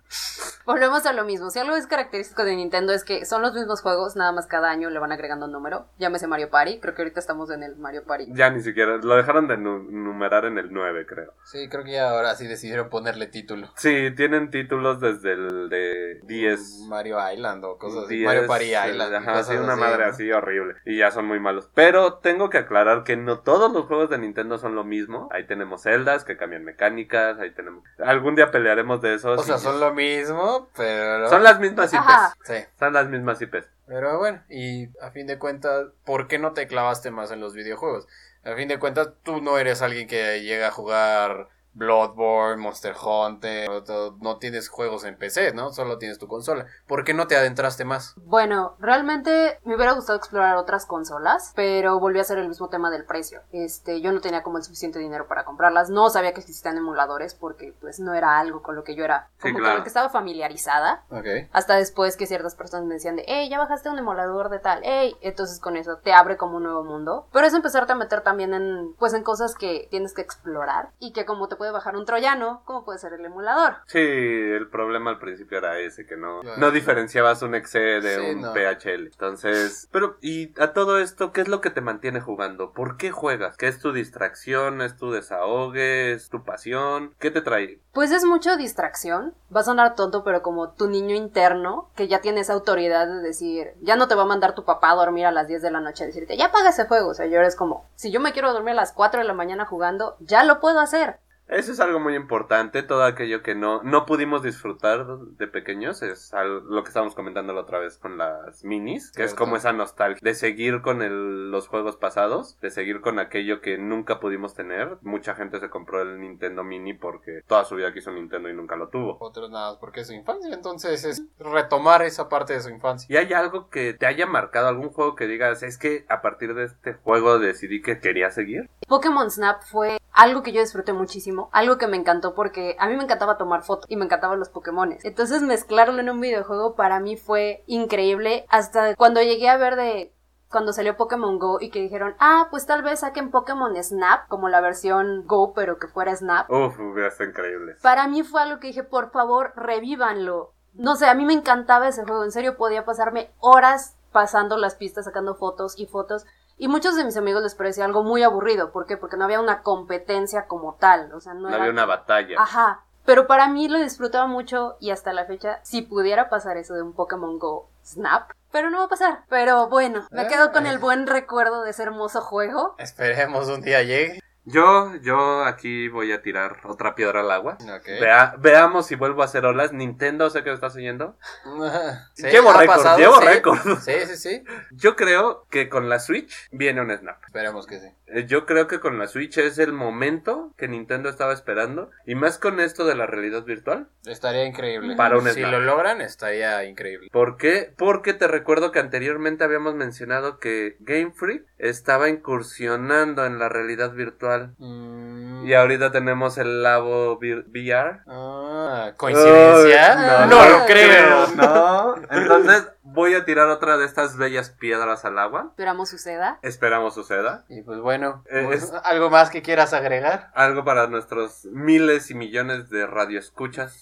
Speaker 5: Volvemos a lo mismo. Si algo es característico de Nintendo es que son los mismos juegos, nada más cada año le van agregando un número. Llámese Mario Party. Creo que ahorita estamos en el Mario Party.
Speaker 2: Ya ni siquiera, lo dejaron de nu- numerar en el 9, creo.
Speaker 1: Sí, creo que ya ahora sí decidieron ponerle título.
Speaker 2: Sí, tienen títulos desde el de 10.
Speaker 1: Mario Island o cosas así.
Speaker 2: 10,
Speaker 1: Mario Party
Speaker 2: eh,
Speaker 1: Island. y
Speaker 2: Ajá,
Speaker 1: cosas
Speaker 2: sí, una
Speaker 1: así,
Speaker 2: madre
Speaker 1: ¿no?
Speaker 2: así horrible. Y ya son muy malos. Pero tengo que aclarar que no todos los juegos de Nintendo son lo mismo. Ahí tenemos celdas que cambian mecánicas. Ahí tenemos. Algún día pelearemos de esos.
Speaker 1: O sea,
Speaker 2: y-
Speaker 1: son lo mismo, pero...
Speaker 2: son las mismas IPs.
Speaker 5: Ajá.
Speaker 1: Sí,
Speaker 2: Son las mismas IPs.
Speaker 1: pero bueno, y a fin de cuentas, ¿por qué no te clavaste más en los videojuegos? A fin de cuentas, tú no eres alguien que llega a jugar Bloodborne, Monster Hunter, o todo- no tienes juegos en PC, ¿no? Solo tienes tu consola. ¿Por qué no te adentraste más?
Speaker 5: Bueno, realmente me hubiera gustado explorar otras consolas, pero volví a hacer el mismo tema del precio. Este, yo no tenía como el suficiente dinero para comprarlas, no sabía que existían emuladores porque pues no era algo con lo que yo era,
Speaker 2: Sí,
Speaker 5: como
Speaker 2: claro.
Speaker 5: con lo que estaba familiarizada.
Speaker 1: Ok.
Speaker 5: Hasta después que ciertas personas me decían de, hey, ya bajaste un emulador de tal, hey, entonces con eso te abre como un nuevo mundo. Pero es empezarte a meter también en, pues en cosas que tienes que explorar y que como te puede bajar un troyano, como puede ser el emulador.
Speaker 2: Sí, el problema al principio era ese, que no,
Speaker 1: Claro.
Speaker 2: no diferenciabas un exe de
Speaker 1: Sí,
Speaker 2: un
Speaker 1: no.
Speaker 2: PHL. Entonces, pero, y a todo esto, ¿qué es lo que te mantiene jugando? ¿Por qué juegas? ¿Qué es tu distracción? ¿Es tu desahogue? ¿Es tu pasión? ¿Qué te trae?
Speaker 5: Pues es mucha distracción. Va a sonar tonto, pero como tu niño interno, que ya tiene esa autoridad de decir, ya no te va a mandar tu papá a dormir a las 10 de la noche a decirte, ya apaga ese fuego. O sea, yo eres como, si yo me quiero dormir a las 4 de la mañana jugando, ya lo puedo hacer.
Speaker 2: Eso es algo muy importante, todo aquello que no, no pudimos disfrutar de pequeños, es al- lo que estábamos comentando la otra vez con las minis, que es
Speaker 1: Cierto.
Speaker 2: como esa nostalgia de seguir con el- los juegos pasados, de seguir con aquello que nunca pudimos tener. Mucha gente se compró el Nintendo Mini porque toda su vida quiso un Nintendo y nunca lo tuvo.
Speaker 1: Otros nada, más porque es su infancia, entonces es retomar esa parte de su infancia. (laughs)
Speaker 2: ¿Y hay algo que te haya marcado, algún juego que digas, es que a partir de este juego decidí que quería seguir?
Speaker 5: Pokémon Snap fue algo que yo disfruté muchísimo, algo que me encantó porque a mí me encantaba tomar fotos y me encantaban los Pokémon. Entonces mezclarlo en un videojuego para mí fue increíble hasta cuando llegué a ver de cuando salió Pokémon Go y que dijeron, ah, pues tal vez saquen Pokémon Snap como la versión Go pero que fuera Snap.
Speaker 2: Uf, hubiera sido increíble.
Speaker 5: Para mí fue algo que dije, por favor, revívanlo. No sé, a mí me encantaba ese juego, en serio podía pasarme horas pasando las pistas, sacando fotos y fotos. Y muchos de mis amigos les parecía algo muy aburrido, ¿por qué? Porque no había una competencia como tal, o sea, no,
Speaker 2: No
Speaker 5: era... Ah.
Speaker 2: había una batalla.
Speaker 5: Ajá, pero para mí lo disfrutaba mucho y hasta la fecha, si pudiera pasar eso de un Pokémon Go Snap, pero no va a pasar. Pero bueno, me quedo con el buen recuerdo de ese hermoso juego.
Speaker 1: Esperemos un día llegue.
Speaker 2: Yo, yo aquí voy a tirar otra piedra al agua.
Speaker 1: Ok.
Speaker 2: Vea- veamos si vuelvo a hacer olas. Nintendo, sé que lo estás oyendo.
Speaker 1: (laughs) Sí,
Speaker 2: llevo
Speaker 1: ha
Speaker 2: récord,
Speaker 1: pasado,
Speaker 2: llevo
Speaker 1: sí.
Speaker 2: récord.
Speaker 1: Sí, sí, sí.
Speaker 2: Yo creo que con la Switch viene un snap.
Speaker 1: Esperemos que sí.
Speaker 2: Eh, Yo creo que con la Switch es el momento que Nintendo estaba esperando. Y más con esto de la realidad virtual.
Speaker 1: Estaría increíble.
Speaker 2: Para un
Speaker 1: si
Speaker 2: snap.
Speaker 1: lo logran, estaría increíble.
Speaker 2: ¿Por qué? Porque te recuerdo que anteriormente habíamos mencionado que Game Freak estaba incursionando en la realidad virtual.
Speaker 1: Mm,
Speaker 2: Y ahorita tenemos el Labo Vir- VR.
Speaker 1: ah, ¿Coincidencia?
Speaker 5: Ay, no, no.
Speaker 1: lo creo.
Speaker 2: No. Entonces voy a tirar otra de estas bellas piedras al agua.
Speaker 5: Esperamos suceda.
Speaker 2: Esperamos suceda.
Speaker 1: Y pues bueno,
Speaker 2: Eh,
Speaker 1: pues,
Speaker 2: es-
Speaker 1: ¿algo más que quieras agregar?
Speaker 2: Algo para nuestros miles y millones de radioescuchas.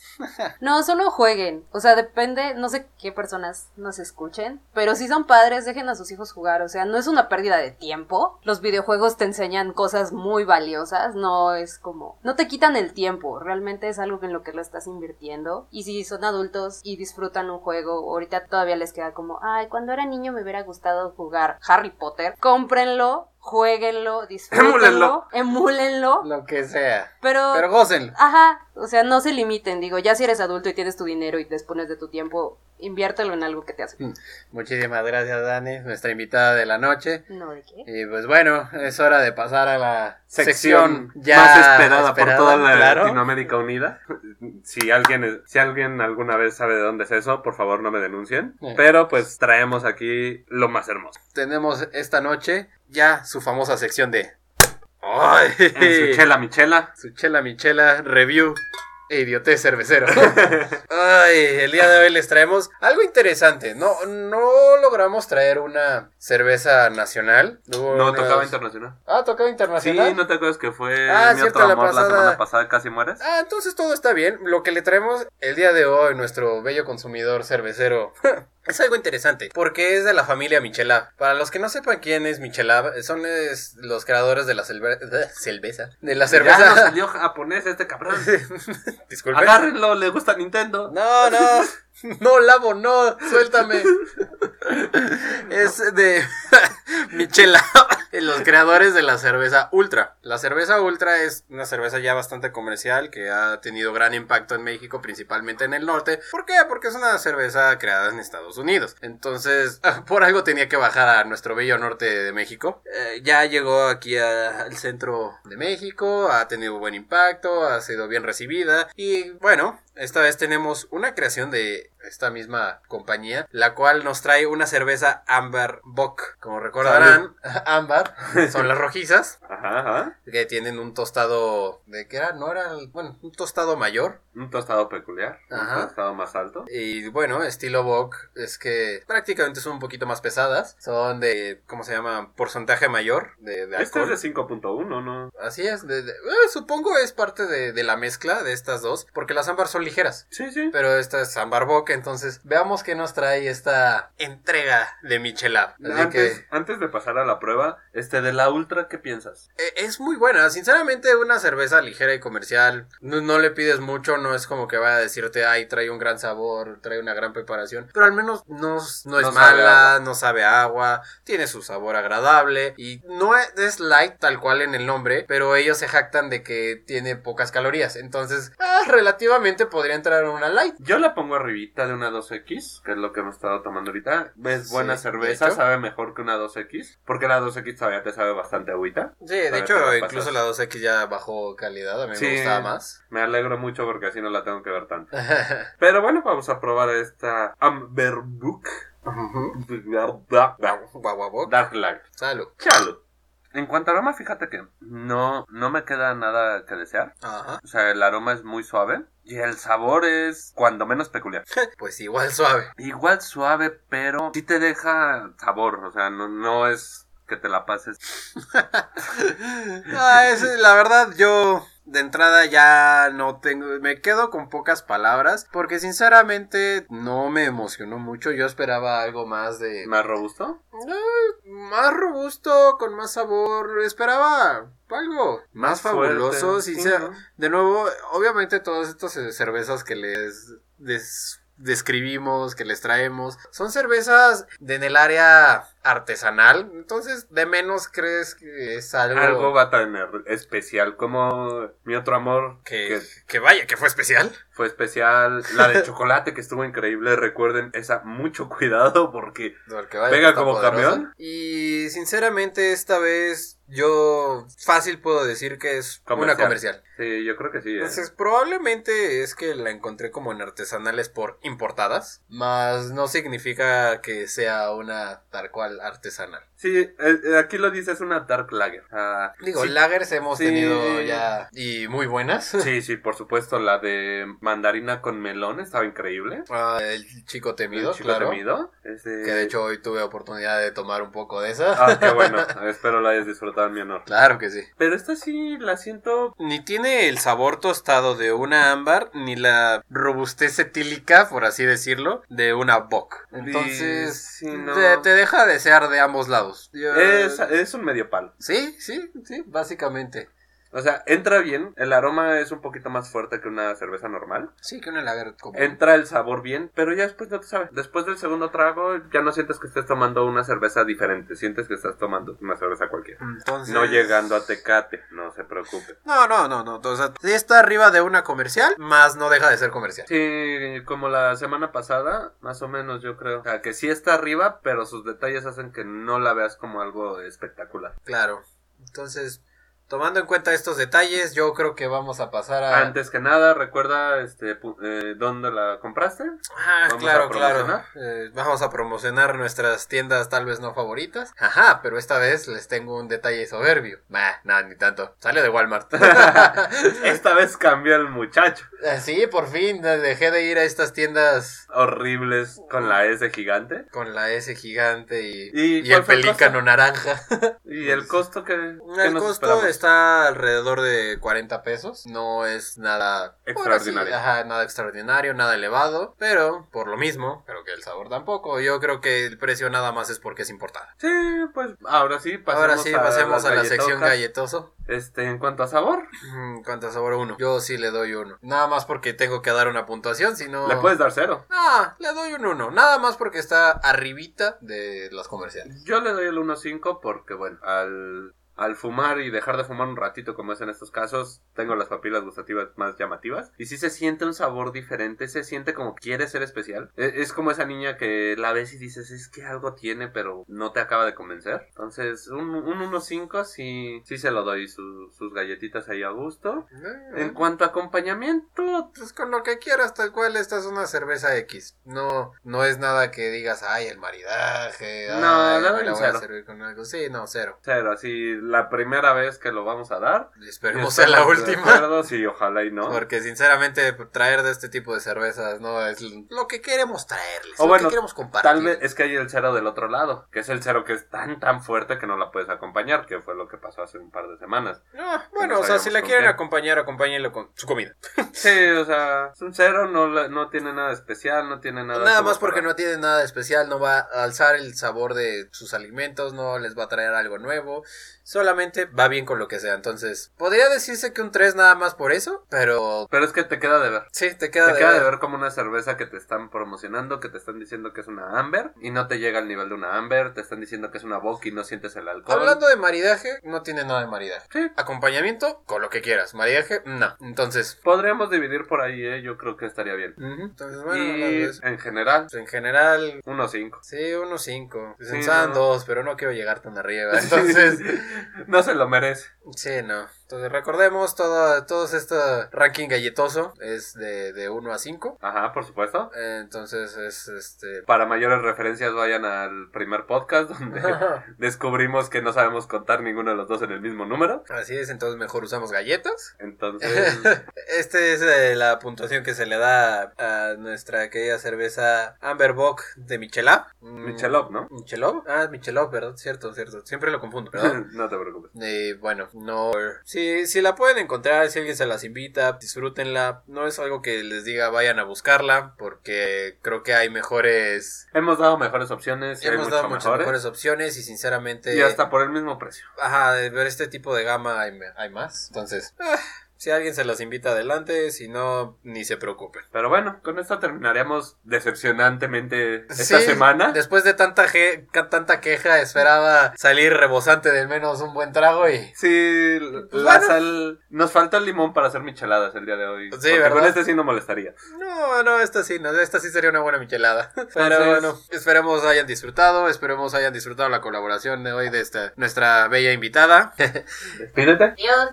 Speaker 5: No, solo jueguen. O sea, depende, no sé qué personas nos escuchen, pero si son padres, dejen a sus hijos jugar. O sea, no es una pérdida de tiempo. Los videojuegos te enseñan cosas muy valiosas. No es como, no te quitan el tiempo. Realmente es algo en lo que lo estás invirtiendo. Y si son adultos y disfrutan un juego, ahorita todavía les queda como, ay, cuando era niño me hubiera gustado jugar Harry Potter. Cómprenlo, jueguenlo, disfrútenlo,
Speaker 1: (laughs)
Speaker 5: emúlenlo,
Speaker 1: Lo que sea.
Speaker 5: pero,
Speaker 1: Pero gócenlo.
Speaker 5: ajá, o sea, no se limiten, digo, ya si eres adulto y tienes tu dinero y dispones de tu tiempo, inviértelo en algo que te hace.
Speaker 1: Muchísimas gracias, Dani, nuestra invitada de la noche.
Speaker 5: No, ¿de qué?
Speaker 1: Y pues bueno, es hora de pasar a la
Speaker 2: sección
Speaker 1: sección, ya
Speaker 2: más esperada,
Speaker 1: esperada,
Speaker 2: por toda la
Speaker 1: claro.
Speaker 2: Latinoamérica Unida. Si alguien, si alguien alguna vez sabe de dónde es eso, por favor no me denuncien.
Speaker 1: Eh.
Speaker 2: Pero pues traemos aquí lo más hermoso.
Speaker 1: Tenemos esta noche ya su famosa sección de
Speaker 2: ¡Ay! En su chela, Michela.
Speaker 1: su chela michela review e idiotez
Speaker 2: (laughs)
Speaker 1: cervecero. Ay, el día de hoy les traemos algo interesante. No, no logramos traer una cerveza nacional. Hubo
Speaker 2: No
Speaker 1: unas-
Speaker 2: tocaba internacional.
Speaker 1: Ah, tocaba
Speaker 2: Sí,
Speaker 1: internacional.
Speaker 2: ¿no te acuerdas que fue
Speaker 1: Ah,
Speaker 2: mi
Speaker 1: cierto,
Speaker 2: otro
Speaker 1: la
Speaker 2: amor la
Speaker 1: pasada.
Speaker 2: semana pasada casi mueres?
Speaker 1: Ah, entonces todo está bien. Lo que le traemos el día de hoy, nuestro bello consumidor cervecero, (laughs) es algo interesante, porque es de la familia Michelab. Para los que no sepan quién es Michelab, son es, los creadores de la selve- (laughs) de cerveza. De la (laughs)
Speaker 2: Ya no
Speaker 1: cerveza.
Speaker 2: salió japonés
Speaker 1: (laughs)
Speaker 2: este cabrón.
Speaker 1: Disculpen.
Speaker 2: Agárrenlo, le gusta Nintendo.
Speaker 1: No, no. (laughs) No, Labo, no. Suéltame. Es de (laughs) Michela, los creadores de la cerveza Ultra. La cerveza Ultra es una cerveza ya bastante comercial que ha tenido gran impacto en México, principalmente en el norte. ¿Por qué? Porque es una cerveza creada en Estados Unidos. Entonces, (laughs) por algo tenía que bajar a nuestro bello norte de México. Eh, ya llegó aquí a- al centro de México, ha tenido buen impacto, ha sido bien recibida y bueno, esta vez tenemos una creación de esta misma compañía, la cual nos trae una cerveza Amber Bock. Como recordarán, (laughs) ámbar
Speaker 2: (laughs)
Speaker 1: son las rojizas
Speaker 2: Ajá, ajá.
Speaker 1: que tienen un tostado de qué era, no era, el- bueno, un tostado mayor
Speaker 2: Un tostado peculiar. Un
Speaker 1: Ajá.
Speaker 2: tostado más alto.
Speaker 1: Y bueno, estilo Bock es que prácticamente son un poquito más pesadas. Son de, ¿cómo se llama? Porcentaje mayor de, de
Speaker 2: Este
Speaker 1: alcohol.
Speaker 2: es de 5.1, ¿no?
Speaker 1: Así es. de- de- eh, supongo es parte de, de la mezcla de estas dos, porque las ámbar son ligeras.
Speaker 2: Sí, sí.
Speaker 1: Pero esta es ámbar Bock, entonces veamos qué nos trae esta entrega de Michelab. Así
Speaker 2: Antes,
Speaker 1: que
Speaker 2: antes de pasar a la prueba, este de la ultra, ¿qué piensas?
Speaker 1: eh, es muy buena. Sinceramente, una cerveza ligera y comercial. No, no le pides mucho, no es como que vaya a decirte, ay, trae un gran sabor, trae una gran preparación. Pero al menos no, es- no es
Speaker 2: No sabe
Speaker 1: mala, no sabe a agua, tiene su sabor agradable. Y no es- es light tal cual en el nombre, pero ellos se jactan de que tiene pocas calorías. Entonces, ah, relativamente podría entrar en una light.
Speaker 2: Yo la pongo arribita de una 2X, que es lo que me he estado tomando ahorita. Es
Speaker 1: Sí,
Speaker 2: buena
Speaker 1: de
Speaker 2: cerveza,
Speaker 1: hecho.
Speaker 2: sabe mejor que una 2X, porque la 2X todavía te sabe bastante agüita.
Speaker 1: Sí, de
Speaker 2: Para
Speaker 1: hecho,
Speaker 2: que la
Speaker 1: incluso
Speaker 2: pasas.
Speaker 1: la 2X ya bajó calidad, a mí
Speaker 2: Sí.
Speaker 1: me gustaba (laughs) más.
Speaker 2: Me alegro mucho porque así no la tengo que ver tanto. Pero bueno, vamos a probar esta Amber Book Dark
Speaker 1: Guaguaboc.
Speaker 2: Light.
Speaker 1: Salud.
Speaker 2: Chalo. En cuanto al aroma, fíjate que no, no me queda nada que desear.
Speaker 1: Ajá.
Speaker 2: O sea, el aroma es muy suave y el sabor es cuando menos (laughs) peculiar.
Speaker 1: Pues igual suave.
Speaker 2: Igual suave, pero sí te deja sabor. O sea, no, no es que te la pases.
Speaker 1: Ah, es, la verdad, yo de entrada ya no tengo, me quedo con pocas palabras porque sinceramente no me emocionó mucho, yo esperaba algo más de...
Speaker 2: ¿Más robusto?
Speaker 1: eh, más robusto, con más sabor, esperaba algo más, fabuloso,
Speaker 2: fuerte.
Speaker 1: sincer-
Speaker 2: Sí, ¿no?
Speaker 1: De nuevo, obviamente todas estas eh, cervezas que les des- describimos, que les traemos, son cervezas de en el área artesanal, entonces de menos crees que es algo...
Speaker 2: Algo va a tener especial, como mi otro amor,
Speaker 1: que,
Speaker 2: que
Speaker 1: que vaya, que fue especial.
Speaker 2: fue especial. La (laughs) de chocolate que estuvo increíble, recuerden, esa mucho cuidado porque
Speaker 1: Porque vaya,
Speaker 2: Pega
Speaker 1: está
Speaker 2: como
Speaker 1: poderosa.
Speaker 2: camión.
Speaker 1: Y sinceramente, esta vez yo fácil puedo decir que es
Speaker 2: Comercial.
Speaker 1: una comercial.
Speaker 2: sí, yo creo que sí. ¿eh?
Speaker 1: Entonces, probablemente es que la encontré como en artesanales por importadas, más no significa que sea una tal cual artesanal.
Speaker 2: Sí, eh, eh, aquí lo dice, es una dark lager. Ah,
Speaker 1: Digo,
Speaker 2: sí,
Speaker 1: lagers hemos
Speaker 2: Sí.
Speaker 1: tenido ya y muy buenas.
Speaker 2: Sí, sí, por supuesto, la de mandarina con melón estaba increíble.
Speaker 1: (laughs) Ah, el chico temido,
Speaker 2: El chico
Speaker 1: claro.
Speaker 2: temido. Este-
Speaker 1: Que de hecho hoy tuve oportunidad de tomar un poco de esa.
Speaker 2: (laughs) Ah, qué bueno. Espero la hayas disfrutado en mi honor.
Speaker 1: (laughs) Claro que sí.
Speaker 2: Pero esta sí la siento...
Speaker 1: Ni tiene el sabor tostado de una ámbar, ni la robustez etílica, por así decirlo, de una bock. Entonces,
Speaker 2: Sí, no.
Speaker 1: te, te deja desear de ambos lados. Yo-
Speaker 2: Es, es un medio palo.
Speaker 1: Sí, sí, sí, básicamente.
Speaker 2: O sea, entra bien. El aroma es un poquito más fuerte que una cerveza normal.
Speaker 1: Sí, que una lager común.
Speaker 2: Entra el sabor bien, pero ya después no te sabe. Después del segundo trago, ya no sientes que estés tomando una cerveza diferente. Sientes que estás tomando una cerveza cualquiera.
Speaker 1: Entonces...
Speaker 2: No llegando a Tecate, no se preocupe.
Speaker 1: No, no, no, no. O sea, sí está arriba de una comercial, más no deja de ser comercial.
Speaker 2: Sí, como la semana pasada, más o menos yo creo. O sea, que sí está arriba, pero sus detalles hacen que no la veas como algo espectacular.
Speaker 1: Claro. Entonces, tomando en cuenta estos detalles, yo creo que vamos a pasar a...
Speaker 2: Antes que nada, recuerda este, pu- eh, dónde la
Speaker 1: (laughs)
Speaker 2: compraste.
Speaker 1: Ah,
Speaker 2: Vamos
Speaker 1: claro,
Speaker 2: a
Speaker 1: claro.
Speaker 2: promocionar.
Speaker 1: Eh, vamos a promocionar nuestras tiendas tal vez no favoritas. Ajá, pero esta vez les tengo un detalle soberbio. Bah, nada, ni tanto. Sale de (laughs) Walmart.
Speaker 2: Esta vez cambió el muchacho.
Speaker 1: Eh, sí, por fin eh, dejé de ir a estas tiendas
Speaker 2: Horribles con la S gigante.
Speaker 1: con la S gigante y,
Speaker 2: ¿Y
Speaker 1: y
Speaker 2: cuál
Speaker 1: el
Speaker 2: fue el
Speaker 1: pelícano naranja.
Speaker 2: Y el costo que. que
Speaker 1: El
Speaker 2: nos
Speaker 1: costo
Speaker 2: esperamos?
Speaker 1: está alrededor de 40 pesos. No es nada ahora sí,
Speaker 2: Extraordinario.
Speaker 1: ajá, nada extraordinario, nada elevado. Pero por lo mismo, creo que el sabor tampoco. Yo creo que el precio nada más es porque es importada.
Speaker 2: Sí, pues ahora sí, pasemos
Speaker 1: Ahora sí, pasemos a, la sección
Speaker 2: galletotas.
Speaker 1: galletoso.
Speaker 2: Este, en cuanto a sabor,
Speaker 1: Mm, ¿Cuánto sabor uno? Yo sí le doy uno. Nada más porque tengo que dar una puntuación, si no.
Speaker 2: le puedes dar cero.
Speaker 1: Ah, le doy un uno. Nada más porque está arribita de las comerciales.
Speaker 2: Yo le doy el 1.5 porque, bueno, al, al fumar y dejar de fumar un ratito, como es en estos casos, tengo las papilas gustativas más llamativas. Y sí se siente un sabor diferente, se siente como quiere ser especial. E- Es, como esa niña que la ves y dices, es que algo tiene, pero no te acaba de convencer. Entonces, un, un 1.5 sí, sí se lo doy, su- sus galletitas ahí a gusto. En cuanto a acompañamiento,
Speaker 1: Eh, Pues con lo que quieras, tal cual, esta es una cerveza X. No, no es nada que digas, ay, el maridaje.
Speaker 2: No,
Speaker 1: ay,
Speaker 2: le
Speaker 1: me
Speaker 2: doy
Speaker 1: la
Speaker 2: un
Speaker 1: voy a
Speaker 2: cero.
Speaker 1: servir con algo. Sí, no, cero.
Speaker 2: cero, así la primera vez que lo vamos a dar. (laughs)
Speaker 1: Esperemos sea la
Speaker 2: Estamos de
Speaker 1: última.
Speaker 2: acuerdo, sí, ojalá
Speaker 1: (laughs)
Speaker 2: y no.
Speaker 1: Porque sinceramente traer de este tipo de cervezas no es lo que queremos traerles,
Speaker 2: O
Speaker 1: lo
Speaker 2: bueno,
Speaker 1: que queremos compartir.
Speaker 2: Tal vez es que hay el cero del otro lado, que es el cero que es tan tan fuerte que no la puedes acompañar, que fue lo que pasó hace un par de semanas.
Speaker 1: Ah,
Speaker 2: No
Speaker 1: bueno, o sea,
Speaker 2: sabíamos
Speaker 1: si la
Speaker 2: con
Speaker 1: quieren
Speaker 2: qué.
Speaker 1: acompañar, acompáñenlo con su comida.
Speaker 2: Sí, o sea, es un cero, no, la- no tiene nada especial, no tiene nada.
Speaker 1: Nada
Speaker 2: como
Speaker 1: más porque
Speaker 2: para-
Speaker 1: no tiene nada de especial, no va a alzar el sabor de sus alimentos, no les va a traer algo nuevo, solamente va bien con lo que sea. Entonces, podría decirse que un 3 nada más por eso, pero
Speaker 2: Pero es que te queda de ver.
Speaker 1: sí, te
Speaker 2: Te
Speaker 1: queda, de,
Speaker 2: queda de
Speaker 1: ver.
Speaker 2: ver como una cerveza que te están promocionando, que te están diciendo que es una Amber y no te llega al nivel de una Amber, te están diciendo que es una Bock y no sientes el alcohol.
Speaker 1: Hablando de maridaje, no tiene nada de maridaje.
Speaker 2: Sí.
Speaker 1: Acompañamiento, con lo que quieras. Maridaje, no. Entonces,
Speaker 2: Podríamos dividir por ahí, ¿eh? yo creo que estaría bien.
Speaker 1: entonces bueno,
Speaker 2: y
Speaker 1: hablando de eso.
Speaker 2: en general,
Speaker 1: Pues, en general,
Speaker 2: 1.5.
Speaker 1: sí, unos 5.
Speaker 2: Sí,
Speaker 1: Pensaban
Speaker 2: no.
Speaker 1: dos, pero no quiero llegar tan
Speaker 2: (laughs)
Speaker 1: arriba. (laughs) Entonces,
Speaker 2: no se lo merece.
Speaker 1: Sí, no. Entonces recordemos, todo, todo este ranking galletoso es de, de 1 a 5.
Speaker 2: Ajá, por supuesto.
Speaker 1: Eh, Entonces es
Speaker 2: (laughs)
Speaker 1: este...
Speaker 2: Para mayores referencias vayan al primer podcast donde descubrimos que no sabemos contar ninguno de los dos en el mismo número.
Speaker 1: Así es, entonces mejor usamos galletas. (laughs)
Speaker 2: Entonces,
Speaker 1: Esta es eh, la puntuación que se le da a nuestra querida cerveza Amber Bock de Michelab. Mm,
Speaker 2: Michelop, ¿no?
Speaker 1: Michelob. Ah, Michelob, ¿verdad? Cierto, cierto. Siempre lo confundo, ¿verdad?
Speaker 2: (laughs) no te preocupes.
Speaker 1: Eh, bueno, no. Si, si la pueden encontrar, si alguien se las invita, disfrútenla. No es algo que les diga vayan a buscarla, porque creo que hay mejores.
Speaker 2: Hemos dado mejores opciones, y hay
Speaker 1: Hemos
Speaker 2: mucho
Speaker 1: dado muchas
Speaker 2: mejores.
Speaker 1: mejores eh, opciones y sinceramente.
Speaker 2: Y hasta por el mismo precio.
Speaker 1: Ajá, de ver este tipo de gama hay, me- hay más. Entonces, ah, si alguien se las invita adelante, si no, ni se preocupen.
Speaker 2: Pero bueno, con esto terminaríamos decepcionantemente esta
Speaker 1: Sí,
Speaker 2: semana.
Speaker 1: Después de tanta, ge- ca- tanta queja, esperaba salir rebosante del menos un buen trago y.
Speaker 2: Sí, la
Speaker 1: Pues Bueno.
Speaker 2: sal. Nos falta el limón para hacer micheladas el día de hoy.
Speaker 1: Sí,
Speaker 2: porque con
Speaker 1: ¿verdad?
Speaker 2: este sí no molestaría.
Speaker 1: No, no, esta sí, no, esta sí sería una buena michelada. (laughs) Pero
Speaker 2: Entonces-
Speaker 1: bueno, esperemos hayan disfrutado, esperemos hayan disfrutado la colaboración de hoy de esta, nuestra bella invitada. (laughs)
Speaker 2: Despídete.
Speaker 5: Adiós.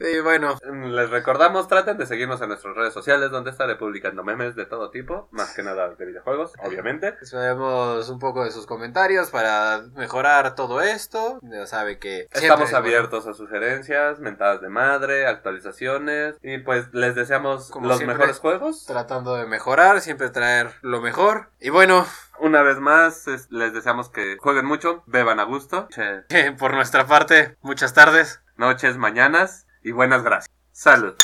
Speaker 1: y bueno,
Speaker 2: Les recordamos, traten de seguirnos en nuestras redes sociales, donde estaré publicando memes de todo tipo, más que nada de videojuegos, obviamente.
Speaker 1: esperemos un poco de sus comentarios para mejorar todo esto. Ya sabe que siempre
Speaker 2: Estamos
Speaker 1: es bueno.
Speaker 2: abiertos a sugerencias, mentadas de madre, actualizaciones y pues les deseamos
Speaker 1: Como
Speaker 2: los
Speaker 1: siempre.
Speaker 2: mejores juegos.
Speaker 1: Tratando de mejorar, siempre traer lo mejor. Y bueno, (laughs)
Speaker 2: Una vez más es- les deseamos que jueguen mucho, beban a gusto, che-
Speaker 1: por nuestra parte, muchas tardes.
Speaker 2: noches, mañanas y buenas gracias. Salud.